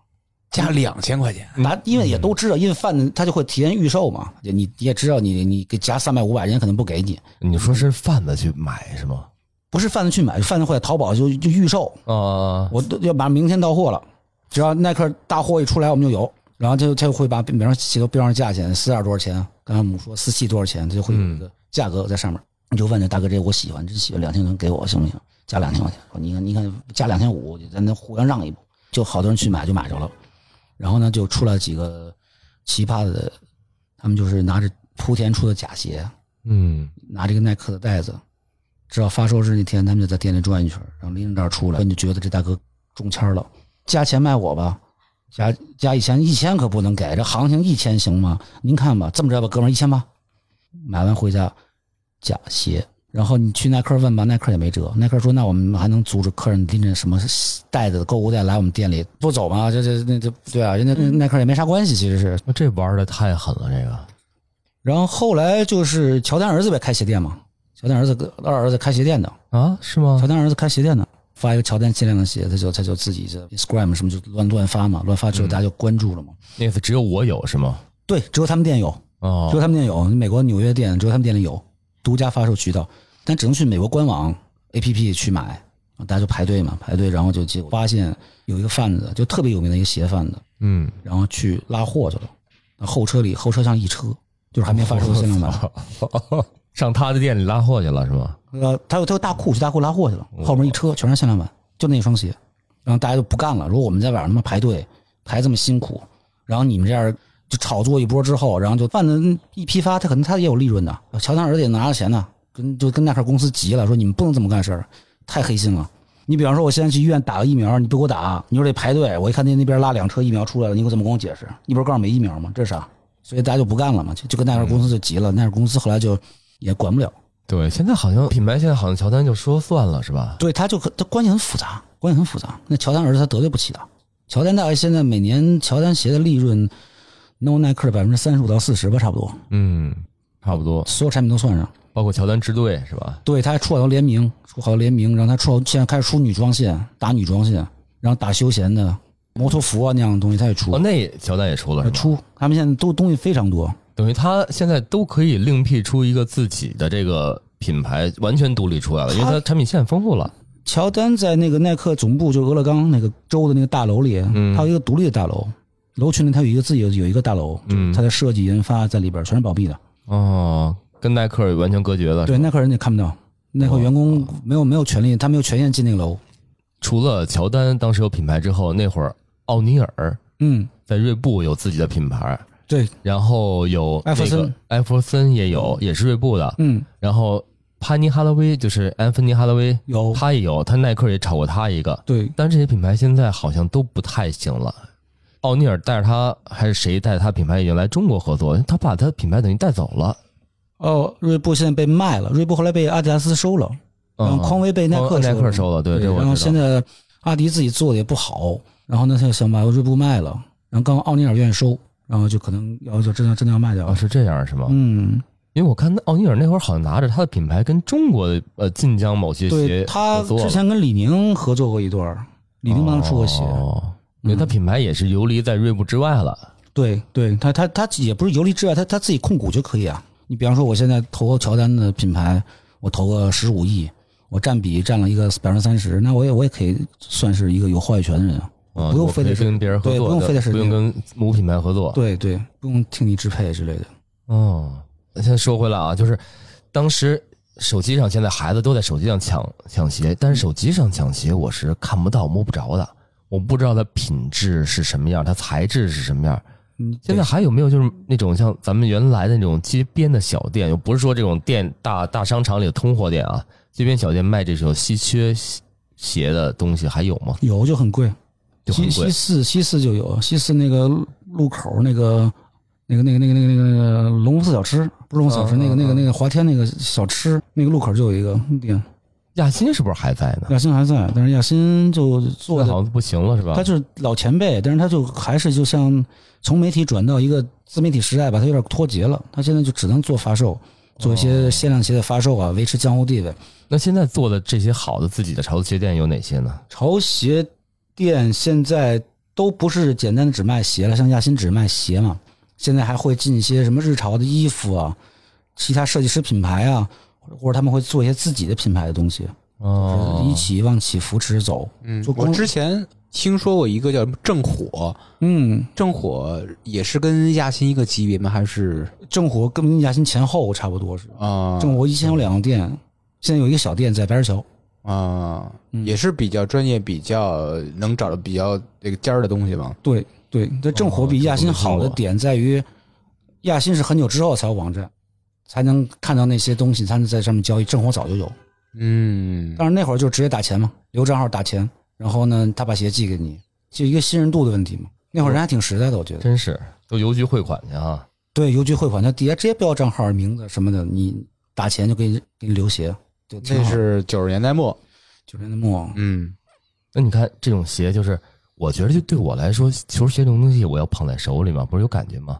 [SPEAKER 2] 加两千块钱，
[SPEAKER 3] 拿，因为也都知道，因为贩子他就会提前预售嘛，也你也知道你你给加三百五百，人家可能不给你。
[SPEAKER 1] 你说是贩子去买是吗？
[SPEAKER 3] 不是贩子去买，贩子会在淘宝就就预售，
[SPEAKER 1] 啊，
[SPEAKER 3] 我都要把明天到货了，只要耐克大货一出来，我们就有。然后他就他就会把比方说写到标上价钱，四十二多少钱？刚才我们说四七多少钱，他就会有一个价格在上面。你就问这大哥，这我喜欢，真喜欢，两千能给我行不行？加两千块钱，你看你看加两千五，咱能互相让一步，就好多人去买就买着了。然后呢，就出来几个奇葩的，他们就是拿着莆田出的假鞋，
[SPEAKER 1] 嗯，
[SPEAKER 3] 拿这个耐克的袋子，直到发售日那天，他们就在店里转一圈，然后拎着袋出来，你就觉得这大哥中签了，加钱卖我吧，加加一千，一千可不能给，这行情一千行吗？您看吧，这么着吧，哥们儿一千八，买完回家，假鞋然后你去耐克问吧，耐克也没辙。耐克说：“那我们还能阻止客人拎着什么袋子、购物袋来我们店里不走吗？这这那这对啊，人家跟耐克也没啥关系，其实是。
[SPEAKER 1] 那这玩的太狠了，这个
[SPEAKER 3] 然后后来就是乔丹儿子呗，开鞋店嘛，乔丹儿子跟二儿子开鞋店的，
[SPEAKER 1] 啊，是吗
[SPEAKER 3] 乔？丹儿子开鞋店的，发一个乔丹限量的鞋，他就他就自己这 Instagram 什么就乱乱发嘛，乱发之后大家就关注了嘛。
[SPEAKER 1] 那个只有我有是吗？
[SPEAKER 3] 对，只有他们店有，只有
[SPEAKER 1] 哦，
[SPEAKER 3] 他们店有，美国纽约店只有他们店里有独家发售渠道，但只能去美国官网 APP 去买，大家就排队嘛，排队，然后就结果发现有一个贩子，就特别有名的一个鞋贩子，
[SPEAKER 1] 嗯，
[SPEAKER 3] 然后去拉货去了，那后车里后车上一车，就是还没发售的限量
[SPEAKER 1] 哦
[SPEAKER 3] 版。
[SPEAKER 1] [laughs] 上他的店里拉货去了是吗？
[SPEAKER 3] 呃，他有他有大库，去大库拉货去了，后面一车全是限量版，就那一双鞋，然后大家就不干了，说我们在晚上他妈排队排这么辛苦，然后你们这样就炒作一波之后，然后就贩子一批发，他可能他也有利润的，乔丹儿子也拿了钱呢，跟就跟耐克公司急了，说你们不能这么干事儿，太黑心了。你比方说，我现在去医院打个疫苗，你不给我打，你说得排队。我一看那那边拉两车疫苗出来了，你给我怎么跟我解释？你不是告诉我没疫苗吗？这是啥？所以大家就不干了嘛，就就跟耐克公司就急了，耐克公司后来就也管不了。
[SPEAKER 1] 对，现在好像品牌现在好像乔丹就说算了是吧？
[SPEAKER 3] 对，他就可他关系很复杂，关系很复杂。那乔丹儿子他得罪不起的。乔丹大概现在每年乔丹鞋的利润，能有耐克的百分之三十五到四十吧，差不多，
[SPEAKER 1] 嗯，差不多，
[SPEAKER 3] 所有产品都算上。
[SPEAKER 1] 包括乔丹支队是吧？
[SPEAKER 3] 对，他还出好多联名，出好多联名，然后他出好现在开始出女装线，打女装线，然后打休闲的摩托服啊那样的东西，他也出
[SPEAKER 1] 哦，，那也乔丹也出了是吧？
[SPEAKER 3] 出。他们现在都东西非常多，
[SPEAKER 1] 等于他现在都可以另辟出一个自己的这个品牌，完全独立出来了，因为它产品线丰富了。
[SPEAKER 3] 乔丹在那个耐克总部，就是俄勒冈那个州的那个大楼里，
[SPEAKER 1] 嗯
[SPEAKER 3] 它有一个独立的大楼，楼群里它有一个自己有有一个大楼，
[SPEAKER 1] 嗯
[SPEAKER 3] 它的设计研发在里边儿全是保密的。
[SPEAKER 1] 哦，跟耐克完全隔绝了。
[SPEAKER 3] 对，耐克人家看不到，耐
[SPEAKER 1] 哦
[SPEAKER 3] 克员工没有没有权利，他没有权限进那个楼。
[SPEAKER 1] 除了乔丹当时有品牌之后，那会儿奥尼尔
[SPEAKER 3] 嗯，
[SPEAKER 1] 在锐步有自己的品牌，
[SPEAKER 3] 对，
[SPEAKER 1] 然后有
[SPEAKER 3] 艾弗森
[SPEAKER 1] 那个，艾弗森也有，也是锐步的。
[SPEAKER 3] 嗯，
[SPEAKER 1] 然后潘尼哈拉威就是安芬尼哈拉威，
[SPEAKER 3] 有
[SPEAKER 1] 他也有，他耐克也炒过他一个。
[SPEAKER 3] 对
[SPEAKER 1] 但这些品牌现在好像都不太行了。奥尼尔带着他还是谁带着他品牌已经来中国合作，他把他品牌等于带走了。
[SPEAKER 3] 哦，锐步现在被卖了，锐步后来被阿迪达斯收了，
[SPEAKER 1] 嗯
[SPEAKER 3] 然后匡威被耐克
[SPEAKER 1] 匡耐克
[SPEAKER 3] 收
[SPEAKER 1] 收了，对，这我
[SPEAKER 3] 然后现
[SPEAKER 1] 知道。
[SPEAKER 3] 在阿迪自己做的也不好，然后呢他就想把锐步卖了，然后刚好奥尼尔愿意收，然后就可能要就真的真的要卖掉
[SPEAKER 1] 啊，
[SPEAKER 3] 了。
[SPEAKER 1] 是这样是吗？
[SPEAKER 3] 嗯，
[SPEAKER 1] 因为我看那奥尼尔那会儿好像拿着他的品牌跟中国的呃晋江某些
[SPEAKER 3] 对
[SPEAKER 1] 鞋
[SPEAKER 3] 他
[SPEAKER 1] 合作了
[SPEAKER 3] 之前跟李宁合作过一段儿，李宁帮他出过鞋。嗯
[SPEAKER 1] 哦，因为他品牌也是游离在锐步之外了。
[SPEAKER 3] 对，对他他他也不是游离之外，他他自己控股就可以啊。你比方说，我现在投乔丹的品牌，我投个十五亿，我占比占了一个百分之三十，那我也我也可以算是一个有话语权的人啊，
[SPEAKER 1] 啊
[SPEAKER 3] 不
[SPEAKER 1] 我
[SPEAKER 3] 用
[SPEAKER 1] 可
[SPEAKER 3] 非
[SPEAKER 1] 以
[SPEAKER 3] 得是
[SPEAKER 1] 跟别人合
[SPEAKER 3] 对
[SPEAKER 1] 作，
[SPEAKER 3] 不用非得是
[SPEAKER 1] 不用
[SPEAKER 3] 那
[SPEAKER 1] 跟母品牌合作。
[SPEAKER 3] 对对，不用听你支配之类的。
[SPEAKER 1] 哦，先说回来啊，就是当时手机上，现在孩子都在手机上抢抢鞋，但
[SPEAKER 3] 嗯
[SPEAKER 1] 是手机上抢鞋我是看不到、摸不着的，我不知道它品质是什么样，它材质是什么样。
[SPEAKER 3] 嗯，
[SPEAKER 1] 现在还有没有就是那种像咱们原来的那种街边的小店，又不是说这种店大大商场里的通货店啊，街边小店卖这种稀缺鞋的东西还有吗？
[SPEAKER 3] 有就很贵，
[SPEAKER 1] 就很
[SPEAKER 3] 西
[SPEAKER 1] 贵
[SPEAKER 3] 西四西四就有，西四那个路口那个那个那个那个那个那个那个龙福寺小吃，不是龙福寺小吃，
[SPEAKER 1] 嗯
[SPEAKER 3] 那个那个
[SPEAKER 1] 嗯
[SPEAKER 3] 那个华天那个小吃，那个路口就有一个店。
[SPEAKER 1] 亚新是不是还在呢？
[SPEAKER 3] 亚新还在，但是亚新就做
[SPEAKER 1] 做
[SPEAKER 3] 的
[SPEAKER 1] 好像不行了是吧
[SPEAKER 3] 他？就是老前辈，但是他就还是就像从媒体转到一个自媒体时代吧，他有点脱节了。他现在就只能做发售，做
[SPEAKER 1] 哦
[SPEAKER 3] 一些限量鞋的发售啊，维持江湖地位。
[SPEAKER 1] 那现在做的这些好的自己的潮流鞋店有哪些呢？
[SPEAKER 3] 潮鞋店现在都不是简单的只卖鞋了，像亚新只卖鞋嘛，现在还会进一些什么日潮的衣服啊，其他设计师品牌啊，或者他们会做一些自己的品牌的东西，
[SPEAKER 1] 哦
[SPEAKER 3] 就是一起往起扶持走。
[SPEAKER 2] 嗯
[SPEAKER 3] 做
[SPEAKER 2] 我
[SPEAKER 3] 光
[SPEAKER 2] 之前听说过一个叫什么正火，
[SPEAKER 3] 嗯，
[SPEAKER 2] 正火也是跟亚新一个级别吗？还是
[SPEAKER 3] 正火跟亚新前后差不多是。
[SPEAKER 2] 啊
[SPEAKER 3] 正我以前有两个店，现在有一个小店在白石桥。
[SPEAKER 2] 啊、
[SPEAKER 3] 嗯
[SPEAKER 2] 也是比较专业，比较能找到比较那个尖儿的东西吧。
[SPEAKER 3] 对对，这嗯正火比亚新好的点在于，亚新是很久之后才有网站，才能看到那些东西，才能在上面交易。正火早就有，
[SPEAKER 2] 嗯，
[SPEAKER 3] 但是那会儿就直接打钱嘛，留账号打钱，然后呢，他把鞋寄给你，就一个信任度的问题嘛。那会儿人还挺实在的，我觉得。
[SPEAKER 1] 真是都邮局汇款去啊！
[SPEAKER 3] 对，邮局汇款，他底下直接标账号、名字什么的，你打钱就给你给你留鞋，就挺
[SPEAKER 2] 那
[SPEAKER 3] 好
[SPEAKER 2] 是九十年代末，
[SPEAKER 3] 九十年代末，
[SPEAKER 2] 嗯，
[SPEAKER 1] 那你看这种鞋，就是我觉得就对我来说，球鞋这种东西，我要捧在手里嘛，不是有感觉吗？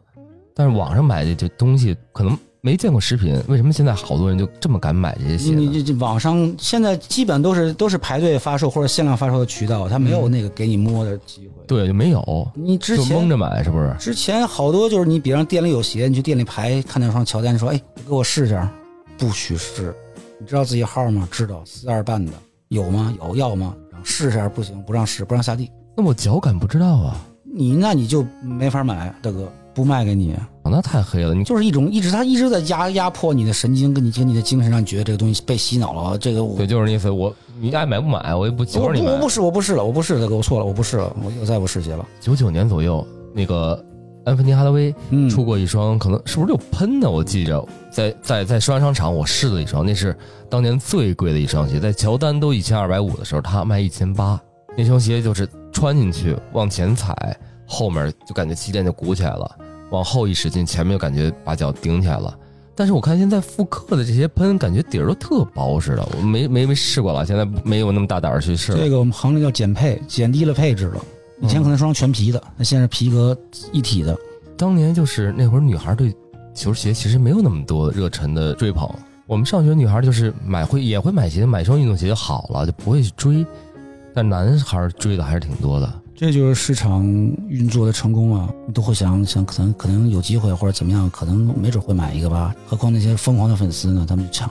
[SPEAKER 1] 但是网上买的这东西，可能没见过实品，为什么现在好多人就这么敢买这些鞋
[SPEAKER 3] 你
[SPEAKER 1] 呢？
[SPEAKER 3] 这这网上现在基本都是都是排队发售或者限量发售的渠道，它没有那个给你摸的机会。
[SPEAKER 1] 对，就没有，
[SPEAKER 3] 你
[SPEAKER 1] 嗯
[SPEAKER 3] 之
[SPEAKER 1] 就蒙
[SPEAKER 3] 前
[SPEAKER 1] 着买，是不是？
[SPEAKER 3] 之前好多就是你，比方店里有鞋，你去店里排，看到双乔丹，说哎，给我试一下，不许试。你知道自己号吗？知道，四二半的有吗？有，要吗？然后试一下不行，不让试，不让下地。
[SPEAKER 1] 那我脚感不知道啊，
[SPEAKER 3] 你那你就没法买，大哥，不卖给你，
[SPEAKER 1] 啊那太黑了。你
[SPEAKER 3] 就是一种一直他一直在压压迫你的神经，跟你跟你的精神，让你觉得这个东西被洗脑了。这个我
[SPEAKER 1] 对，就是那意思，我你爱买不买，我也不求
[SPEAKER 3] 我
[SPEAKER 1] 着你
[SPEAKER 3] 不
[SPEAKER 1] 买
[SPEAKER 3] 我。不试，我不试了，我不试了，大哥，我错了，我不试了，我又再不试鞋了。
[SPEAKER 1] 九九年左右，那个安芬尼哈德威
[SPEAKER 3] 嗯，
[SPEAKER 1] 出过一双，可能是不是有喷的？我记着，在在在双阳商场我试了一双，那是当年最贵的一双鞋，在乔丹都一千二百五的时候，它卖一千八。那双鞋就是穿进去往前踩，后面就感觉气垫就鼓起来了，往后一使劲，前面就感觉把脚顶起来了。但是我看现在复刻的这些喷，感觉底儿都特薄似的，我没没没试过了，现在没有那么大胆儿去试了。
[SPEAKER 3] 这个我们行里叫减配，减低了配置了。以
[SPEAKER 1] 嗯
[SPEAKER 3] 前可能是双全皮的，那现在是皮革一体的。
[SPEAKER 1] 当年就是那会儿，女孩对球鞋其实没有那么多热忱的呃追捧。我们上学女孩就是买会也会买鞋，买双运动鞋就好了，就不会去追。但男孩追的还是挺多的。
[SPEAKER 3] 这就是市场运作的成功啊！你都会想想，可能可能有机会或者怎么样，可能没准会买一个吧。何况那些疯狂的粉丝呢，他们去抢。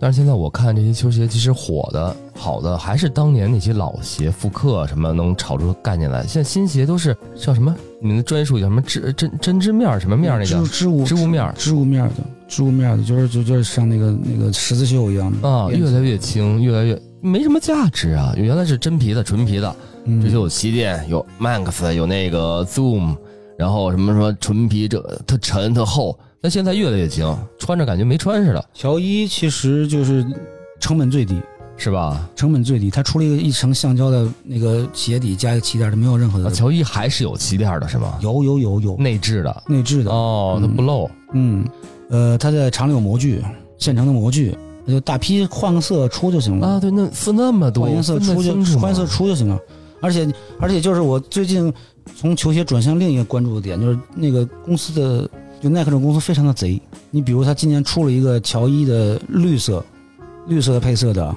[SPEAKER 1] 但是现在我看这些球鞋，其实火的、好的还是当年那些老鞋复刻什么能炒出概念来。现在新鞋都是像什么你们的专属叫什么针针针织面儿什么面儿那
[SPEAKER 3] 织
[SPEAKER 1] 叫
[SPEAKER 3] 织物
[SPEAKER 1] 织物面儿
[SPEAKER 3] 织物面的织物面的，就是就就是像那个那个十字绣一样的
[SPEAKER 1] 啊，越来越轻，越来越没什么价值啊。原来是真皮的、纯皮的，
[SPEAKER 3] 嗯
[SPEAKER 1] 这就有气垫，有 Max，有那个 Zoom，然后什么什么纯皮，这特沉特厚。但现在越来越轻，穿着感觉没穿似的，
[SPEAKER 3] 乔伊其实就是成本最低，
[SPEAKER 1] 是吧？
[SPEAKER 3] 成本最低。它出了一个一层橡胶的那个鞋底加一个气垫，它没有任何
[SPEAKER 1] 啊
[SPEAKER 3] 的
[SPEAKER 1] 乔伊还是有气垫的，是吗？
[SPEAKER 3] 有有有有
[SPEAKER 1] 内置的
[SPEAKER 3] 内置的。
[SPEAKER 1] 哦，它不漏。
[SPEAKER 3] 嗯，呃，它在厂里有模具，现成的模具，那就大批换个色出就行了。
[SPEAKER 1] 啊，对，那分那么多，
[SPEAKER 3] 换颜嗯色
[SPEAKER 1] 分得
[SPEAKER 3] 出就
[SPEAKER 1] 清楚吗
[SPEAKER 3] 换颜色出就行了。而且而且就是我最近从球鞋转向另一个关注的点，就是那个公司的就耐克这种公司非常的贼。你比如他今年出了一个乔伊的绿色，绿色的配色的，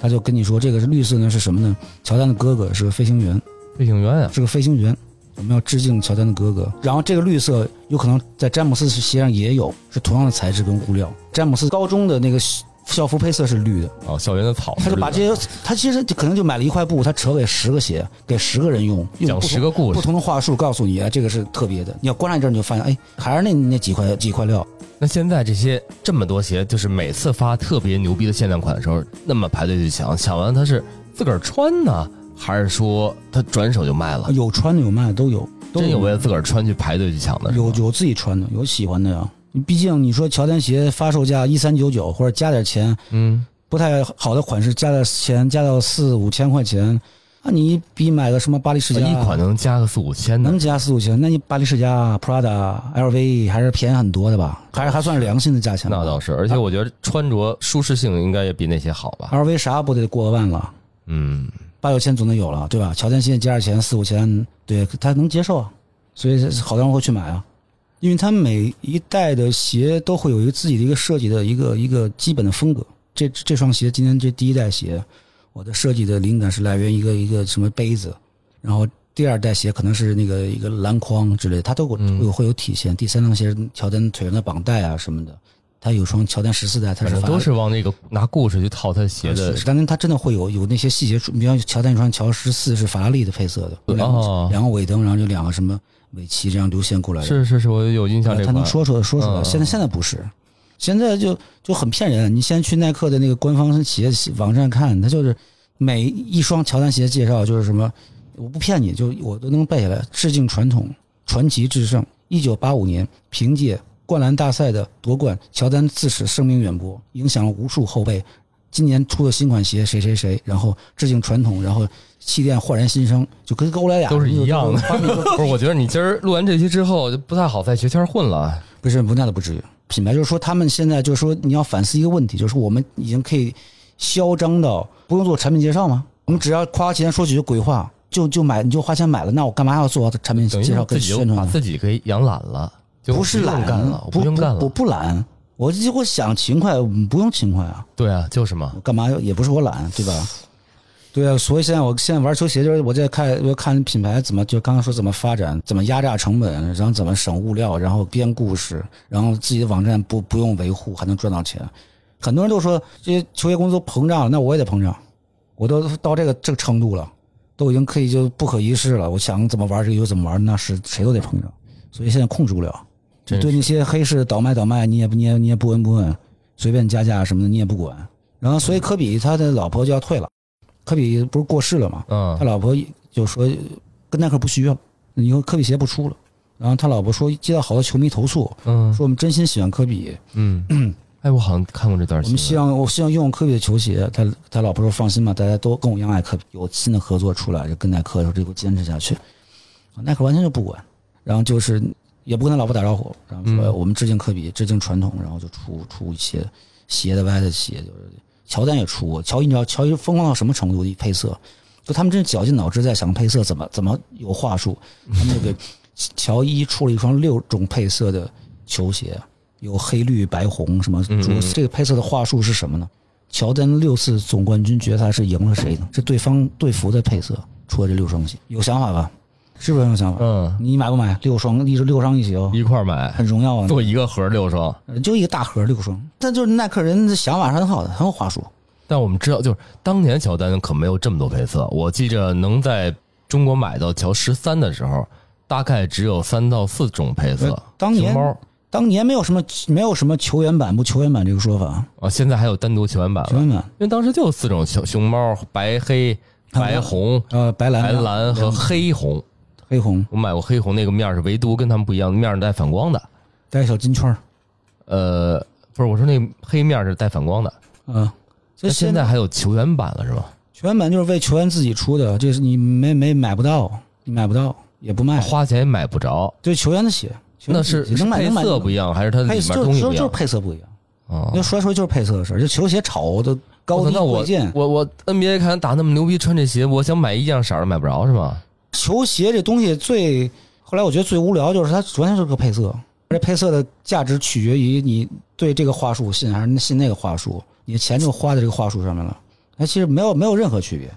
[SPEAKER 3] 他就跟你说这个是绿色呢是什么呢？乔丹的哥哥是个飞行员，
[SPEAKER 1] 飞行员啊，
[SPEAKER 3] 是个飞行员。我们要致敬乔丹的哥哥。然后这个绿色有可能在詹姆斯鞋上也有，是同样的材质跟物料。詹姆斯高中的那个校服配色是绿的，
[SPEAKER 1] 哦，校园的草，
[SPEAKER 3] 他就把这些，他其实就可能就买了一块布，他折给十个鞋，给十个人用，用
[SPEAKER 1] 讲
[SPEAKER 3] 不
[SPEAKER 1] 十
[SPEAKER 3] 同
[SPEAKER 1] 个故事。
[SPEAKER 3] 不同的话术告诉你，哎这个是特别的。你要观察一阵，你就发现，哎，还是那那几块几块料。
[SPEAKER 1] 那现在这些这么多鞋，就是每次发特别牛逼的限量款的时候，那么排队去抢，抢完他是自个儿穿呢，还是说他转手就卖了？
[SPEAKER 3] 有穿的，有卖的，都有，都
[SPEAKER 1] 真有为了自个儿穿去排队去抢的，是吗
[SPEAKER 3] 有有自己穿的，有喜欢的呀。毕竟你说乔丹鞋发售价一三九九，或者加点钱，
[SPEAKER 1] 嗯，
[SPEAKER 3] 不太好的款式加点钱，加到四五千块钱，那你比买个什么巴黎世家
[SPEAKER 1] 啊一款能加个四五千的
[SPEAKER 3] 能，加四五千，那你巴黎世家、Prada、LV 还是便宜很多的吧？还是还算是良心的价钱吧。
[SPEAKER 1] 那倒是，而且我觉得穿着舒适性应该也比那些好吧？
[SPEAKER 3] LV 啥不得过个万了，
[SPEAKER 1] 嗯，
[SPEAKER 3] 八九千总得有了，对吧？乔丹现在加点钱四五千，对他能接受啊，所以好多人会去买啊，因为他每一代的鞋都会有一个自己的一个设计的一个一个基本的风格。这这双鞋，今天这第一代鞋，我的设计的灵感是来源于一个一个什么杯子，然后第二代鞋可能是那个一个篮筐之类的，它都会
[SPEAKER 1] 嗯
[SPEAKER 3] 有会有体现。第三双鞋，乔丹腿上的绑带啊什么的，他有双乔丹十四代，它
[SPEAKER 1] 反
[SPEAKER 3] 是
[SPEAKER 1] 正
[SPEAKER 3] 法
[SPEAKER 1] 都是往那个拿故事去套他鞋的
[SPEAKER 3] 啊是，但是它真的会有有那些细节处，你比方乔丹一双乔十四是法拉利的配色的，有两个、
[SPEAKER 1] 哦
[SPEAKER 3] 两个尾灯，然后有两个什么尾鳍这样流线过来的，
[SPEAKER 1] 是是是，我有印象这
[SPEAKER 3] 呃他能
[SPEAKER 1] 款。
[SPEAKER 3] 说出来说出来。
[SPEAKER 1] 嗯
[SPEAKER 3] 现在现在不是，现在就就很骗人。你先去耐克的那个官方鞋网站看，它就是每一双乔丹鞋介绍就是什么，我不骗你，就我都能背下来。致敬传统，传奇制胜。一九八五年，凭借灌篮大赛的夺冠，乔丹自此声名远播，影响了无数后辈。今年出的新款鞋谁谁谁，然后致敬传统，然后气垫焕然新生，就跟欧莱雅
[SPEAKER 1] 都是一样的
[SPEAKER 3] 就就就
[SPEAKER 1] 不是，我觉得你今儿录完这期之后就不太好在鞋圈混了。
[SPEAKER 3] 不是不那倒不至于，品牌，就是说他们现在就是说你要反思一个问题，就是我们已经可以嚣张到不用做产品介绍吗？我们只要花钱说几句鬼话，就就买你就花钱买了，那我干嘛要做产品
[SPEAKER 1] 等于
[SPEAKER 3] 介绍跟
[SPEAKER 1] 自己就
[SPEAKER 3] 宣传
[SPEAKER 1] 把
[SPEAKER 3] 呢？
[SPEAKER 1] 自己给养懒了，就
[SPEAKER 3] 不是
[SPEAKER 1] 不用
[SPEAKER 3] 懒，
[SPEAKER 1] 干了，我
[SPEAKER 3] 不
[SPEAKER 1] 用干
[SPEAKER 3] 我
[SPEAKER 1] 了。
[SPEAKER 3] 不懒，我就我想勤快，不用勤快啊。
[SPEAKER 1] 对啊，就是嘛
[SPEAKER 3] 我。干嘛也不是我懒，对吧？对啊，所以现在我现在玩球鞋，就是我在看我看品牌怎么，就刚刚说怎么发展，怎么压榨成本，然后怎么省物料，然后编故事，然后自己的网站不不用维护还能赚到钱。很多人都说这些球鞋工资都膨胀了，那我也得膨胀，我都到这个这个程度了，都已经可以就不可一世了。我想怎么玩这个就怎么玩，那是谁都得膨胀，所以现在控制不了。
[SPEAKER 1] 真
[SPEAKER 3] 对那些黑市倒卖倒卖，你也不你也你也不闻不问，随便加价什么的你也不管。然后所以科比他的老婆就要退了，科比不是过世了嘛，
[SPEAKER 1] 嗯
[SPEAKER 3] 他，老婆就说跟耐克不续约了，以后科比鞋不出了。然后他老婆说接到好多球迷投诉，
[SPEAKER 1] 嗯
[SPEAKER 3] 说我们真心喜欢科比，
[SPEAKER 1] 嗯，哎，我好像看过这段
[SPEAKER 3] 我
[SPEAKER 1] 新
[SPEAKER 3] 们希
[SPEAKER 1] 闻。
[SPEAKER 3] 望我希望用科比的球鞋。他他老婆说放心吧，大家都跟我一样爱科比，有新的合作出来就跟耐克说这个坚持下去。啊耐克完全就不管，然后就是也不跟他老婆打招呼，然后说
[SPEAKER 1] 嗯
[SPEAKER 3] 我们致敬科比，致敬传统，然后就出出一些斜的歪的鞋，就是乔丹也出过，乔伊你知道乔伊疯狂到什么程度？一配色，就他们真是绞尽脑汁在想配色怎么怎么有话术，
[SPEAKER 1] 嗯
[SPEAKER 3] 他们就给乔伊出了一双六种配色的球鞋，啊有黑绿白红什么
[SPEAKER 1] 嗯嗯
[SPEAKER 3] 主这个配色的话术是什么呢？乔丹六次总冠军决赛是赢了谁呢？是对方队服的配色出了这六双鞋，有想法吧？是不是很有想法？
[SPEAKER 1] 嗯，
[SPEAKER 3] 你买不买？六双一六双一起哦，
[SPEAKER 1] 一块儿
[SPEAKER 3] [laughs]
[SPEAKER 1] 买，
[SPEAKER 3] 很荣耀啊！呃
[SPEAKER 1] 做一个盒儿六双。
[SPEAKER 3] 就一个大盒六双，但就是耐克人的想法是很好的，很有话术。
[SPEAKER 1] 但我们知道，就是当年乔丹可没有这么多配色。我记着能在中国买到乔十三的时候，大概只有三到四种配色
[SPEAKER 3] 呃。当
[SPEAKER 1] 熊
[SPEAKER 3] 年
[SPEAKER 1] 猫
[SPEAKER 3] 当年没有什么没有什么球员版不球员版这个说法，
[SPEAKER 1] 啊，现在还有单独球员版
[SPEAKER 3] 球
[SPEAKER 1] 了，
[SPEAKER 3] 员版
[SPEAKER 1] 因为当时就有四种熊熊猫：白黑、白红、
[SPEAKER 3] 呃白蓝
[SPEAKER 1] 白蓝和黑红。
[SPEAKER 3] 黑红
[SPEAKER 1] 我买过黑红那个面儿是唯独跟他们不一样，面儿是带反光的。
[SPEAKER 3] 带小金圈儿，
[SPEAKER 1] 呃，不是，我说那个黑面儿是带反光的。
[SPEAKER 3] 嗯，所
[SPEAKER 1] 那
[SPEAKER 3] 以
[SPEAKER 1] 现在还有球员版了是吧？
[SPEAKER 3] 球员版就是为球员自己出的，这是你没没买不到，你买不到也不卖，
[SPEAKER 1] 花钱也买不着，
[SPEAKER 3] 对球员的鞋，球员
[SPEAKER 1] 那
[SPEAKER 3] 的鞋
[SPEAKER 1] 是是
[SPEAKER 3] 哎能买
[SPEAKER 1] 配
[SPEAKER 3] 能买
[SPEAKER 1] 色不一样，还是它里
[SPEAKER 3] 配
[SPEAKER 1] 面
[SPEAKER 3] 色
[SPEAKER 1] 东
[SPEAKER 3] 就是
[SPEAKER 1] 西不
[SPEAKER 3] 就
[SPEAKER 1] 一
[SPEAKER 3] 是
[SPEAKER 1] 样？
[SPEAKER 3] 配色不一样，
[SPEAKER 1] 啊
[SPEAKER 3] 要说来说去就是配色的事儿，就球鞋炒的
[SPEAKER 1] 我
[SPEAKER 3] 高
[SPEAKER 1] 操
[SPEAKER 3] 低
[SPEAKER 1] 那我
[SPEAKER 3] 贵贱，
[SPEAKER 1] 我我 NBA 看打那么牛逼，穿这鞋，我想买一样色儿的买不着是吗？
[SPEAKER 3] 球鞋这东西最后来我觉得最无聊就是它完全就是个配色，这配色的价值取决于你对这个话术信还是信那个话术，你的钱就花在这个话术上面了。那其实没有没有任何区别，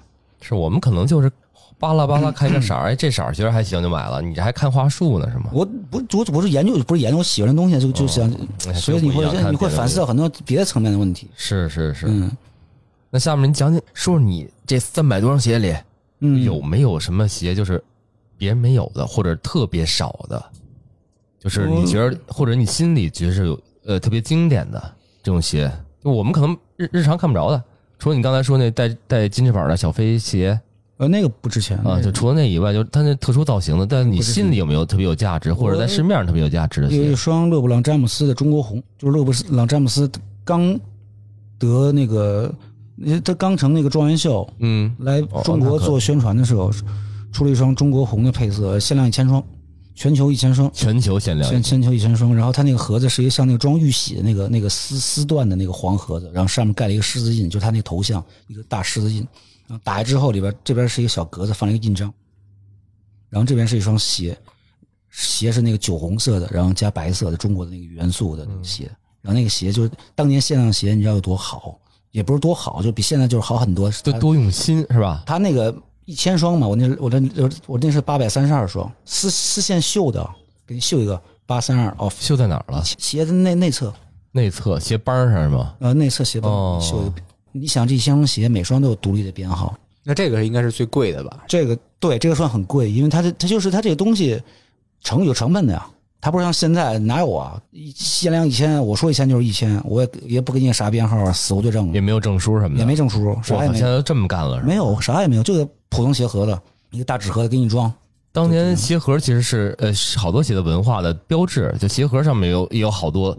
[SPEAKER 1] 是我们可能就是巴拉巴拉看一个色儿，哎，这色儿觉得还行就买了，你这还看话术呢是吗？
[SPEAKER 3] 我不我不是研究不是研究喜欢的东西就就想，
[SPEAKER 1] 哎
[SPEAKER 3] 所以你会
[SPEAKER 1] 真不一样看
[SPEAKER 3] 你会
[SPEAKER 1] 别的
[SPEAKER 3] 反思到很多别的层面的问题。
[SPEAKER 1] 是是是。
[SPEAKER 3] 嗯
[SPEAKER 1] 那下面你讲讲，说说你这三百多双鞋里
[SPEAKER 3] 嗯，
[SPEAKER 1] 有没有什么鞋就是别人没有的，或者特别少的，就是你觉得或者你心里觉得是有呃特别经典的这种鞋，就我们可能日日常看不着的。除了你刚才说那带带金翅膀的小飞鞋
[SPEAKER 3] 呃那个不值钱
[SPEAKER 1] 啊，就除了那以外，就是它那特殊造型的，但你心里有没有特别有价值，或者在市面上特别有价值的
[SPEAKER 3] 有
[SPEAKER 1] 鞋
[SPEAKER 3] 一？双勒布朗詹姆斯的中国红，就是勒布朗詹姆斯刚得那个，他刚成那个状元秀，
[SPEAKER 1] 嗯，
[SPEAKER 3] 来
[SPEAKER 1] 哦
[SPEAKER 3] 中国做宣传的时候，出了一双中国红的配色，限量一千双，全球一千双，
[SPEAKER 1] 全球限量
[SPEAKER 3] 全全球一千双。然后它那个盒子是一个像那个装玉玺的那个那个丝丝缎的那个黄盒子，然后上面盖了一个狮子印，就是它那个头像一个大狮子印。然后打开之后，里边这边是一个小格子，放了一个印章，然后这边是一双鞋，鞋是那个酒红色的，然后加白色的中国的那个元素的那个鞋。然后那个鞋就是当年限量鞋，你知道有多好，也不是多好，就比现在就是好很多。
[SPEAKER 1] 就多用心是吧？
[SPEAKER 3] 他那个一千双嘛，我那我那我那是八百三十二双，丝丝线绣的，给你绣一个八三二哦 off
[SPEAKER 1] 绣在哪儿了？
[SPEAKER 3] 鞋的内内侧，
[SPEAKER 1] 内侧鞋帮上是吗？
[SPEAKER 3] 呃，内侧鞋帮
[SPEAKER 1] 哦
[SPEAKER 3] 绣一个。你想这一箱鞋每双都有独立的编号，
[SPEAKER 2] 那这个应该是最贵的吧？
[SPEAKER 3] 这个对这个算很贵，因为它这它就是它这个东西成有成本的呀。啊它不是像现在哪有啊，一限量一千，我说一千就是一千，我也也不给你啥编号啊，死无对证
[SPEAKER 1] 也，没有证书什么的，
[SPEAKER 3] 也没证书，
[SPEAKER 1] 我
[SPEAKER 3] 啥也
[SPEAKER 1] 靠，
[SPEAKER 3] 没
[SPEAKER 1] 现在
[SPEAKER 3] 有，
[SPEAKER 1] 都这么干了是吧？
[SPEAKER 3] 没有啥也没有，就个普通鞋盒子，一个大纸盒子给你装，
[SPEAKER 1] 当年鞋盒其实是呃是好多鞋的文化的标志，就鞋盒上面有也有好多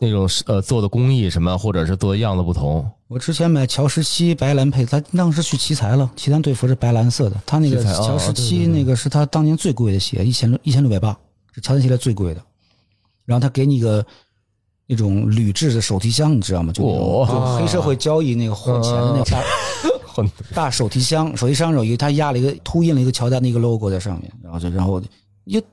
[SPEAKER 1] 那种呃做的工艺什么，或者是做的样子不同。
[SPEAKER 3] 我之前买乔十七白蓝配，他当时去奇才了，奇才队服是白蓝色的，他那个
[SPEAKER 1] 奇才哦
[SPEAKER 3] 乔十
[SPEAKER 1] 对对
[SPEAKER 3] 七
[SPEAKER 1] 对
[SPEAKER 3] 那个是他当年最贵的鞋，一千一千六百八，是乔丹系列最贵的。然后他给你一个那种铝制的手提箱，你知道吗？就那种
[SPEAKER 1] 哦嗯
[SPEAKER 3] 就黑社会交易那个换钱的那
[SPEAKER 1] [laughs]
[SPEAKER 3] 大
[SPEAKER 1] 混
[SPEAKER 3] 大手提箱，手提箱有一个他压了一个凸印了一个乔丹的一个 logo 在上面，然后就然后就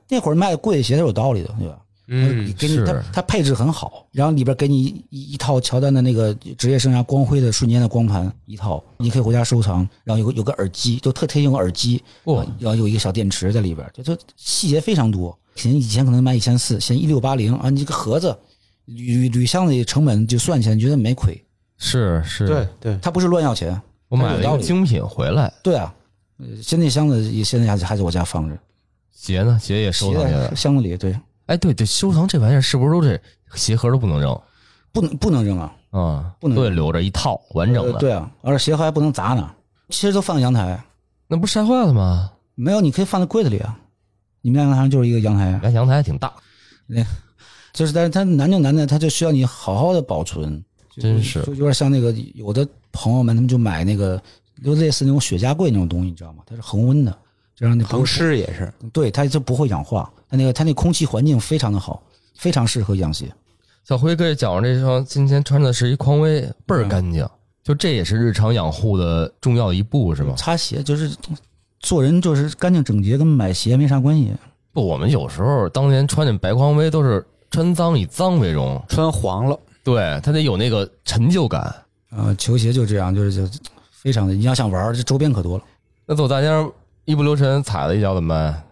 [SPEAKER 3] 那会儿卖贵的鞋是有道理的，对吧？
[SPEAKER 2] 嗯，
[SPEAKER 3] 哎给你它
[SPEAKER 1] 是
[SPEAKER 3] 它配置很好，然后里边给你一一套乔丹的那个职业生涯光辉的瞬间的光盘一套，你可以回家收藏。然后有个有个耳机，就特贴心有个耳机，
[SPEAKER 1] 哇
[SPEAKER 3] 然后有一个小电池在里边，就就细节非常多。可能以前可能卖一千四，现在一六八零啊，你这个盒子铝铝箱的成本就算起来，你觉得没亏？
[SPEAKER 1] 是是，
[SPEAKER 2] 对对，
[SPEAKER 3] 他不是乱要钱，
[SPEAKER 1] 我买了一
[SPEAKER 3] 有道
[SPEAKER 1] 个
[SPEAKER 3] 理
[SPEAKER 1] 精品回来，
[SPEAKER 3] 对啊。呃现在那箱子也现在还还在我家放着，
[SPEAKER 1] 鞋呢鞋也收
[SPEAKER 3] 鞋
[SPEAKER 1] 藏起
[SPEAKER 3] 在
[SPEAKER 1] 来。
[SPEAKER 3] 箱子里，对，
[SPEAKER 1] 哎，对对，收藏这玩意儿是不是都得鞋盒都不能扔
[SPEAKER 3] 不能不能扔啊，
[SPEAKER 1] 啊？
[SPEAKER 3] 不能
[SPEAKER 1] 都得留着一套完整
[SPEAKER 3] 呃
[SPEAKER 1] 的。
[SPEAKER 3] 对啊，而且鞋盒还不能砸呢，其实都放在阳台，
[SPEAKER 1] 那不是晒坏了吗？
[SPEAKER 3] 没有，你可以放在柜子里啊。你们家阳台上就是一个阳台
[SPEAKER 1] 你
[SPEAKER 3] 啊，
[SPEAKER 1] 看阳台还挺大，
[SPEAKER 3] 就是但是它难就难在它就需要你好好的保存，
[SPEAKER 1] 真是
[SPEAKER 3] 就有点像那个有的朋友们他们就买那个就类似那种雪茄柜那种东西，你知道吗？它是恒温的，就让那
[SPEAKER 2] 恒湿也是。
[SPEAKER 3] 对它就不会氧化，它那个它那空气环境非常的好，非常适合养鞋。
[SPEAKER 1] 小辉哥讲的这双今天穿的是一匡威，倍
[SPEAKER 3] 嗯
[SPEAKER 1] 儿干净，就这也是日常养护的重要一步，是吗？
[SPEAKER 3] 擦鞋就是做人就是干净整洁，跟买鞋没啥关系。
[SPEAKER 1] 不，我们有时候当年穿那白匡威都是穿脏以脏为荣，
[SPEAKER 2] 穿黄了，
[SPEAKER 1] 对它得有那个陈旧感。
[SPEAKER 3] 呃，球鞋就这样，就是就非常的，你要想玩儿，这周边可多了。
[SPEAKER 1] 那走大街上一不留神踩了一脚怎么办？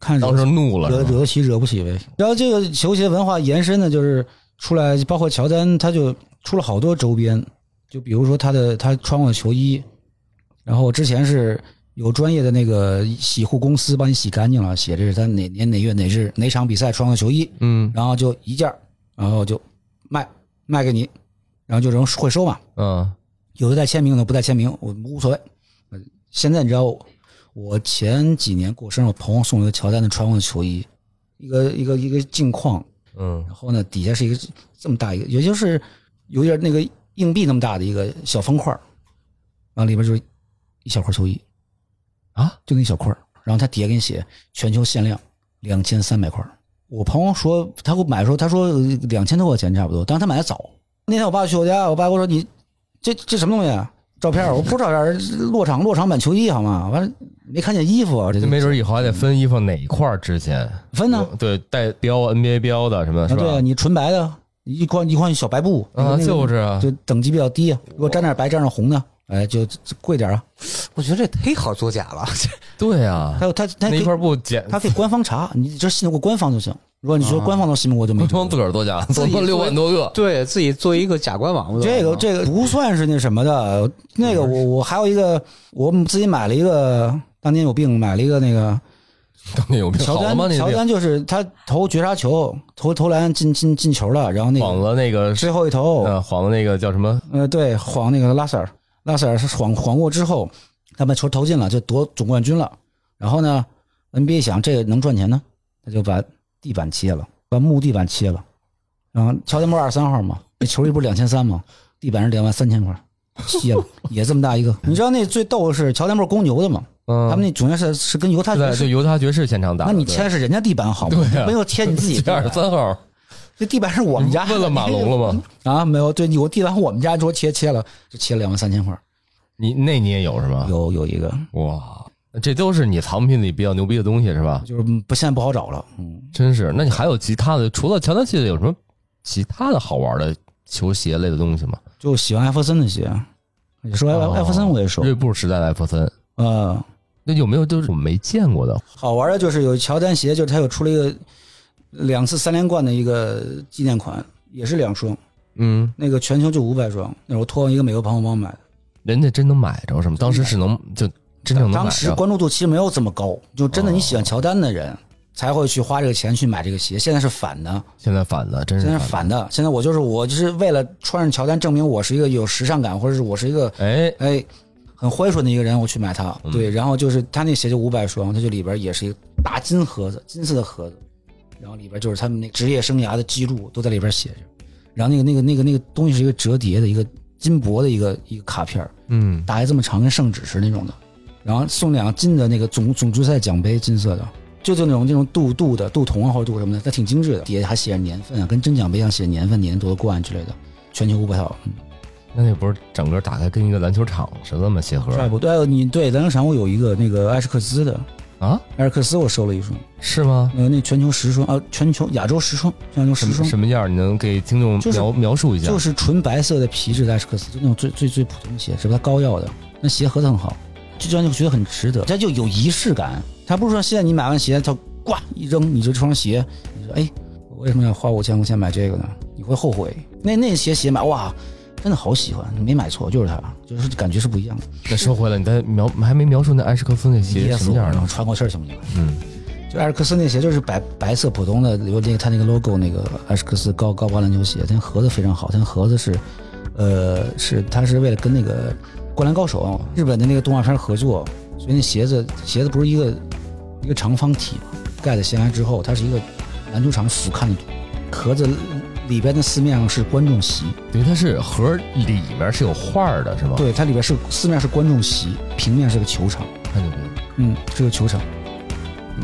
[SPEAKER 3] 看着
[SPEAKER 1] 当时怒了
[SPEAKER 3] 惹
[SPEAKER 1] 是
[SPEAKER 3] 惹
[SPEAKER 1] 吗，
[SPEAKER 3] 得起惹不起呗。然后这个球鞋文化延伸呢，就是出来，包括乔丹，他就出了好多周边，就比如说他的他穿过的球衣，然后之前是有专业的那个洗护公司帮你洗干净了，写这是他哪年哪月哪日哪场比赛穿过的球衣，
[SPEAKER 1] 嗯
[SPEAKER 3] 然后就一件儿，然后就卖卖给你，然后就人会收嘛，
[SPEAKER 1] 嗯，
[SPEAKER 3] 有的带签名，有的不带签名，我无所谓。呃现在你知道我，我前几年过生日，我朋友送了一个乔丹的穿过的球衣，一个一个一个镜框，
[SPEAKER 1] 嗯
[SPEAKER 3] 然后呢底下是一个这么大一个，也就是有点那个硬币那么大的一个小方块儿，然后里边就是一小块球衣，
[SPEAKER 1] 啊，
[SPEAKER 3] 就那一小块儿然后他底下给你写全球限量两千三百块儿。我朋友说他给我买的时候，他说两千多块钱差不多，当时他买的早。那天我爸去我家，我爸跟我说你这这什么东西、啊？照片儿我不是照片儿，落场落场版球衣好吗？完了没看见衣服啊，这
[SPEAKER 1] 这
[SPEAKER 3] 就
[SPEAKER 1] 没准以后还得分衣服哪一块儿值钱。
[SPEAKER 3] 分呢、
[SPEAKER 1] 有对，带标 NBA 标的什么的，是
[SPEAKER 3] 啊，
[SPEAKER 1] 吧？
[SPEAKER 3] 对啊，你纯白的，一块一块小白布那个
[SPEAKER 1] 啊
[SPEAKER 3] 那个
[SPEAKER 1] 就是啊
[SPEAKER 3] 就等级比较低啊。如果沾点白，沾点红的，哎，就就贵点儿啊。
[SPEAKER 2] 我觉得这忒好作假了。
[SPEAKER 1] 对啊
[SPEAKER 3] 还，有他
[SPEAKER 1] 那
[SPEAKER 3] 他可
[SPEAKER 1] 一
[SPEAKER 3] 以
[SPEAKER 1] 块布剪，
[SPEAKER 3] 他可以官方查，你只要信得过官方就行。如果你
[SPEAKER 1] 啊
[SPEAKER 3] 说官方都信不过，就没
[SPEAKER 1] 不
[SPEAKER 3] 辙。
[SPEAKER 1] 光自个儿多假，总共六万多个，
[SPEAKER 2] 对自己做一个假官网，
[SPEAKER 3] 这个这个不算是那什么的，那个我我还有一个，我们自己买了一个，当年有病买了一个那个
[SPEAKER 1] 当年有病
[SPEAKER 3] 乔
[SPEAKER 1] 好了
[SPEAKER 3] 丹
[SPEAKER 1] 吗？，那
[SPEAKER 3] 乔
[SPEAKER 1] 病
[SPEAKER 3] 丹就是他投绝杀球，投投篮进进进球了，然后那
[SPEAKER 1] 晃
[SPEAKER 3] 个
[SPEAKER 1] 了那个
[SPEAKER 3] 最后一投，
[SPEAKER 1] 呃晃了那个叫什么？
[SPEAKER 3] 呃，对，晃那个拉塞尔，拉塞尔是晃晃过之后，他把球投进了，就夺总冠军了。然后呢，NBA 想这个能赚钱呢，他就把地板切了，把木地板切了。然后乔丹不是二十三号嘛，那球衣不是两千三嘛，地板是两万三千块，切了也这么大一个。 [laughs] 你知道那最逗的是乔丹不是公牛的嘛？
[SPEAKER 1] 嗯，
[SPEAKER 3] 他们那总决赛是跟犹他
[SPEAKER 1] 是
[SPEAKER 3] 爵
[SPEAKER 1] 在就
[SPEAKER 3] 士，
[SPEAKER 1] 犹他爵士现场打的。
[SPEAKER 3] 那你签的是人家地板好吗？
[SPEAKER 1] 对啊
[SPEAKER 3] 没有签你
[SPEAKER 1] [laughs]
[SPEAKER 3] [laughs] 自己地
[SPEAKER 1] 二
[SPEAKER 3] 板
[SPEAKER 1] 十，三号，
[SPEAKER 3] 这地板是我们家的。
[SPEAKER 1] 问了马龙了吗？
[SPEAKER 3] [laughs] 啊？没有，对，有地板我们家桌切切了，就切了两万三千块。
[SPEAKER 1] 你那你也有是吗？
[SPEAKER 3] 有有一个，
[SPEAKER 1] 哇，这都是你藏品里比较牛逼的东西是吧？
[SPEAKER 3] 就是不现在不好找了。嗯，
[SPEAKER 1] 真是。那你还有其他的？除了乔丹系列，有什么其他的好玩的球鞋类的东西吗？
[SPEAKER 3] 就喜欢艾弗森的鞋，你说
[SPEAKER 1] 哦
[SPEAKER 3] 艾艾弗森我也收
[SPEAKER 1] 锐，步时代的艾弗森，
[SPEAKER 3] 呃，
[SPEAKER 1] 那有没有就是我没见过的？
[SPEAKER 3] 好玩的就是有乔丹鞋，就是他有出了一个两次三连冠的一个纪念款，也是两双，
[SPEAKER 1] 嗯，
[SPEAKER 3] 那个全球就五百双，那是我托我一个美国朋友帮我买的，
[SPEAKER 1] 人家真能买着是吗？当时是能就真正能买
[SPEAKER 3] 当时
[SPEAKER 1] 着。
[SPEAKER 3] 关注度其实没有这么高，就真的
[SPEAKER 1] 哦
[SPEAKER 3] 你喜欢乔丹的人。才会去花这个钱去买这个鞋，现在是反的，
[SPEAKER 1] 现在反了，真是
[SPEAKER 3] 现在是
[SPEAKER 1] 反
[SPEAKER 3] 反的。现在我就是我就是为了穿上乔丹，证明我是一个有时尚感，或者是我是一个
[SPEAKER 1] 了。哎，
[SPEAKER 3] 哎，很欢顺的一个人，我去买它。对，然后就是他那鞋就五百双，它就里边也是一个大金盒子，金色的盒子，然后里边就是他们那职业生涯的记录都在里边写着。然后那个那个那个那个东西是一个折叠的一个金箔的一个一个卡片儿，
[SPEAKER 1] 嗯，
[SPEAKER 3] 打开这么长，跟圣旨似的那种的。然后送两个金的那个总总决赛奖杯，金色的，就就那种那种镀镀的镀铜啊或者镀什么的，它挺精致的，底下还写着年份啊，跟真奖杯一样写年份、年夺冠之类的，全球五百套。
[SPEAKER 1] 哎那那不是整个打开跟一个篮球场似的吗？鞋盒
[SPEAKER 3] 帅不？对，呃你对篮球场我有一个那个艾什克斯的，
[SPEAKER 1] 啊，
[SPEAKER 3] 艾什克斯我收了一双，
[SPEAKER 1] 是吗？
[SPEAKER 3] 呃，那全球十双啊，全球亚洲十双，全球
[SPEAKER 1] 什
[SPEAKER 3] 十
[SPEAKER 1] 么
[SPEAKER 3] 双
[SPEAKER 1] 什么样？你能给听众
[SPEAKER 3] 就是
[SPEAKER 1] 描描述一下？
[SPEAKER 3] 就是纯白色的皮质的艾什克斯，就那种最最最普通的鞋，是吧？它膏药的，那鞋盒子很好，就这样就觉得很值得，它就有仪式感。它不是说现在你买完鞋，它呱一扔，你这双鞋，你说哎，我为什么要花五千块钱买这个呢？你会后悔。那那些鞋买哇，真的好喜欢，你没买错，就是它，就是感觉是不一样的。
[SPEAKER 1] 那说回来，你再描还没描述那艾什克斯那鞋
[SPEAKER 3] 噎
[SPEAKER 1] 是什
[SPEAKER 3] 死
[SPEAKER 1] 么
[SPEAKER 3] 我
[SPEAKER 1] 样
[SPEAKER 3] 了，
[SPEAKER 1] 的
[SPEAKER 3] 我？穿过气儿行不行？
[SPEAKER 1] 嗯，
[SPEAKER 3] 就艾什克斯那鞋就是白白色普通的，有那个它那个 logo 那个艾什克斯高高帮篮球鞋，它盒子非常好，它盒子是，呃，是它是为了跟那个《灌篮高手》日本的那个动画片合作，所以那鞋子鞋子不是一个一个长方体嘛，盖在鞋上之后，它是一个篮球场俯瞰的盒子里边的四面上是观众席，
[SPEAKER 1] 对，它是盒里面是有画儿的，是吗？，
[SPEAKER 3] 对，它里边是四面是观众席，平面是个球场，
[SPEAKER 1] 看见没？
[SPEAKER 3] 嗯，是个球场，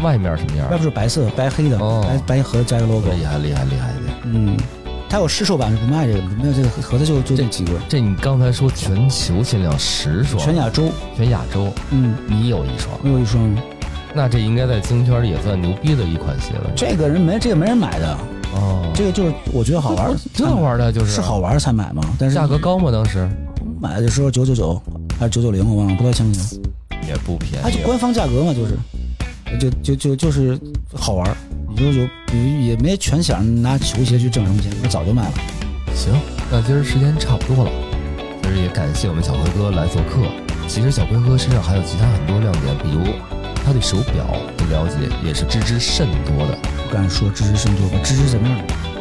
[SPEAKER 1] 外面什么样
[SPEAKER 3] 外？边是白色白黑的，
[SPEAKER 1] 哦
[SPEAKER 3] 白白盒子加一个 logo。
[SPEAKER 1] 厉害厉害厉害厉害！
[SPEAKER 3] 嗯，它有市售版是不卖这个的，没有这个盒子就就这几个，
[SPEAKER 1] 这你刚才说全球限量十双，
[SPEAKER 3] 全亚洲。
[SPEAKER 1] 全亚洲，
[SPEAKER 3] 嗯，
[SPEAKER 1] 你有一双，
[SPEAKER 3] 我有一双，
[SPEAKER 1] 那这应该在精英圈里也算牛逼的一款鞋了。
[SPEAKER 3] 这个人没这个没人买的，
[SPEAKER 1] 哦，
[SPEAKER 3] 这个就是我觉得好玩儿，
[SPEAKER 1] 挺好玩的，就是
[SPEAKER 3] 是好，玩儿才买嘛。但是
[SPEAKER 1] 价格高吗？当时
[SPEAKER 3] 买的时候九九九还是九九零，我忘了，不到一千块钱。
[SPEAKER 1] 也不便啊
[SPEAKER 3] 它就官方价格嘛，就是，就就就就是好玩儿，你就有你也没全想拿球鞋去挣什么钱，我早就买了。
[SPEAKER 1] 行，那今儿时间差不多了，今儿也感谢我们小辉哥来做客。其实小辉哥身上还有其他很多亮点，比如他对手表的了解也是知之甚多的。
[SPEAKER 3] 不敢说知识甚多吧，知识怎么样？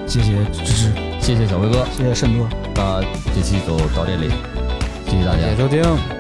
[SPEAKER 3] 谢谢知识，
[SPEAKER 1] 谢谢小辉哥，
[SPEAKER 3] 谢谢甚多。
[SPEAKER 1] 那这期就到这里，谢谢大家
[SPEAKER 2] 谢谢。收听。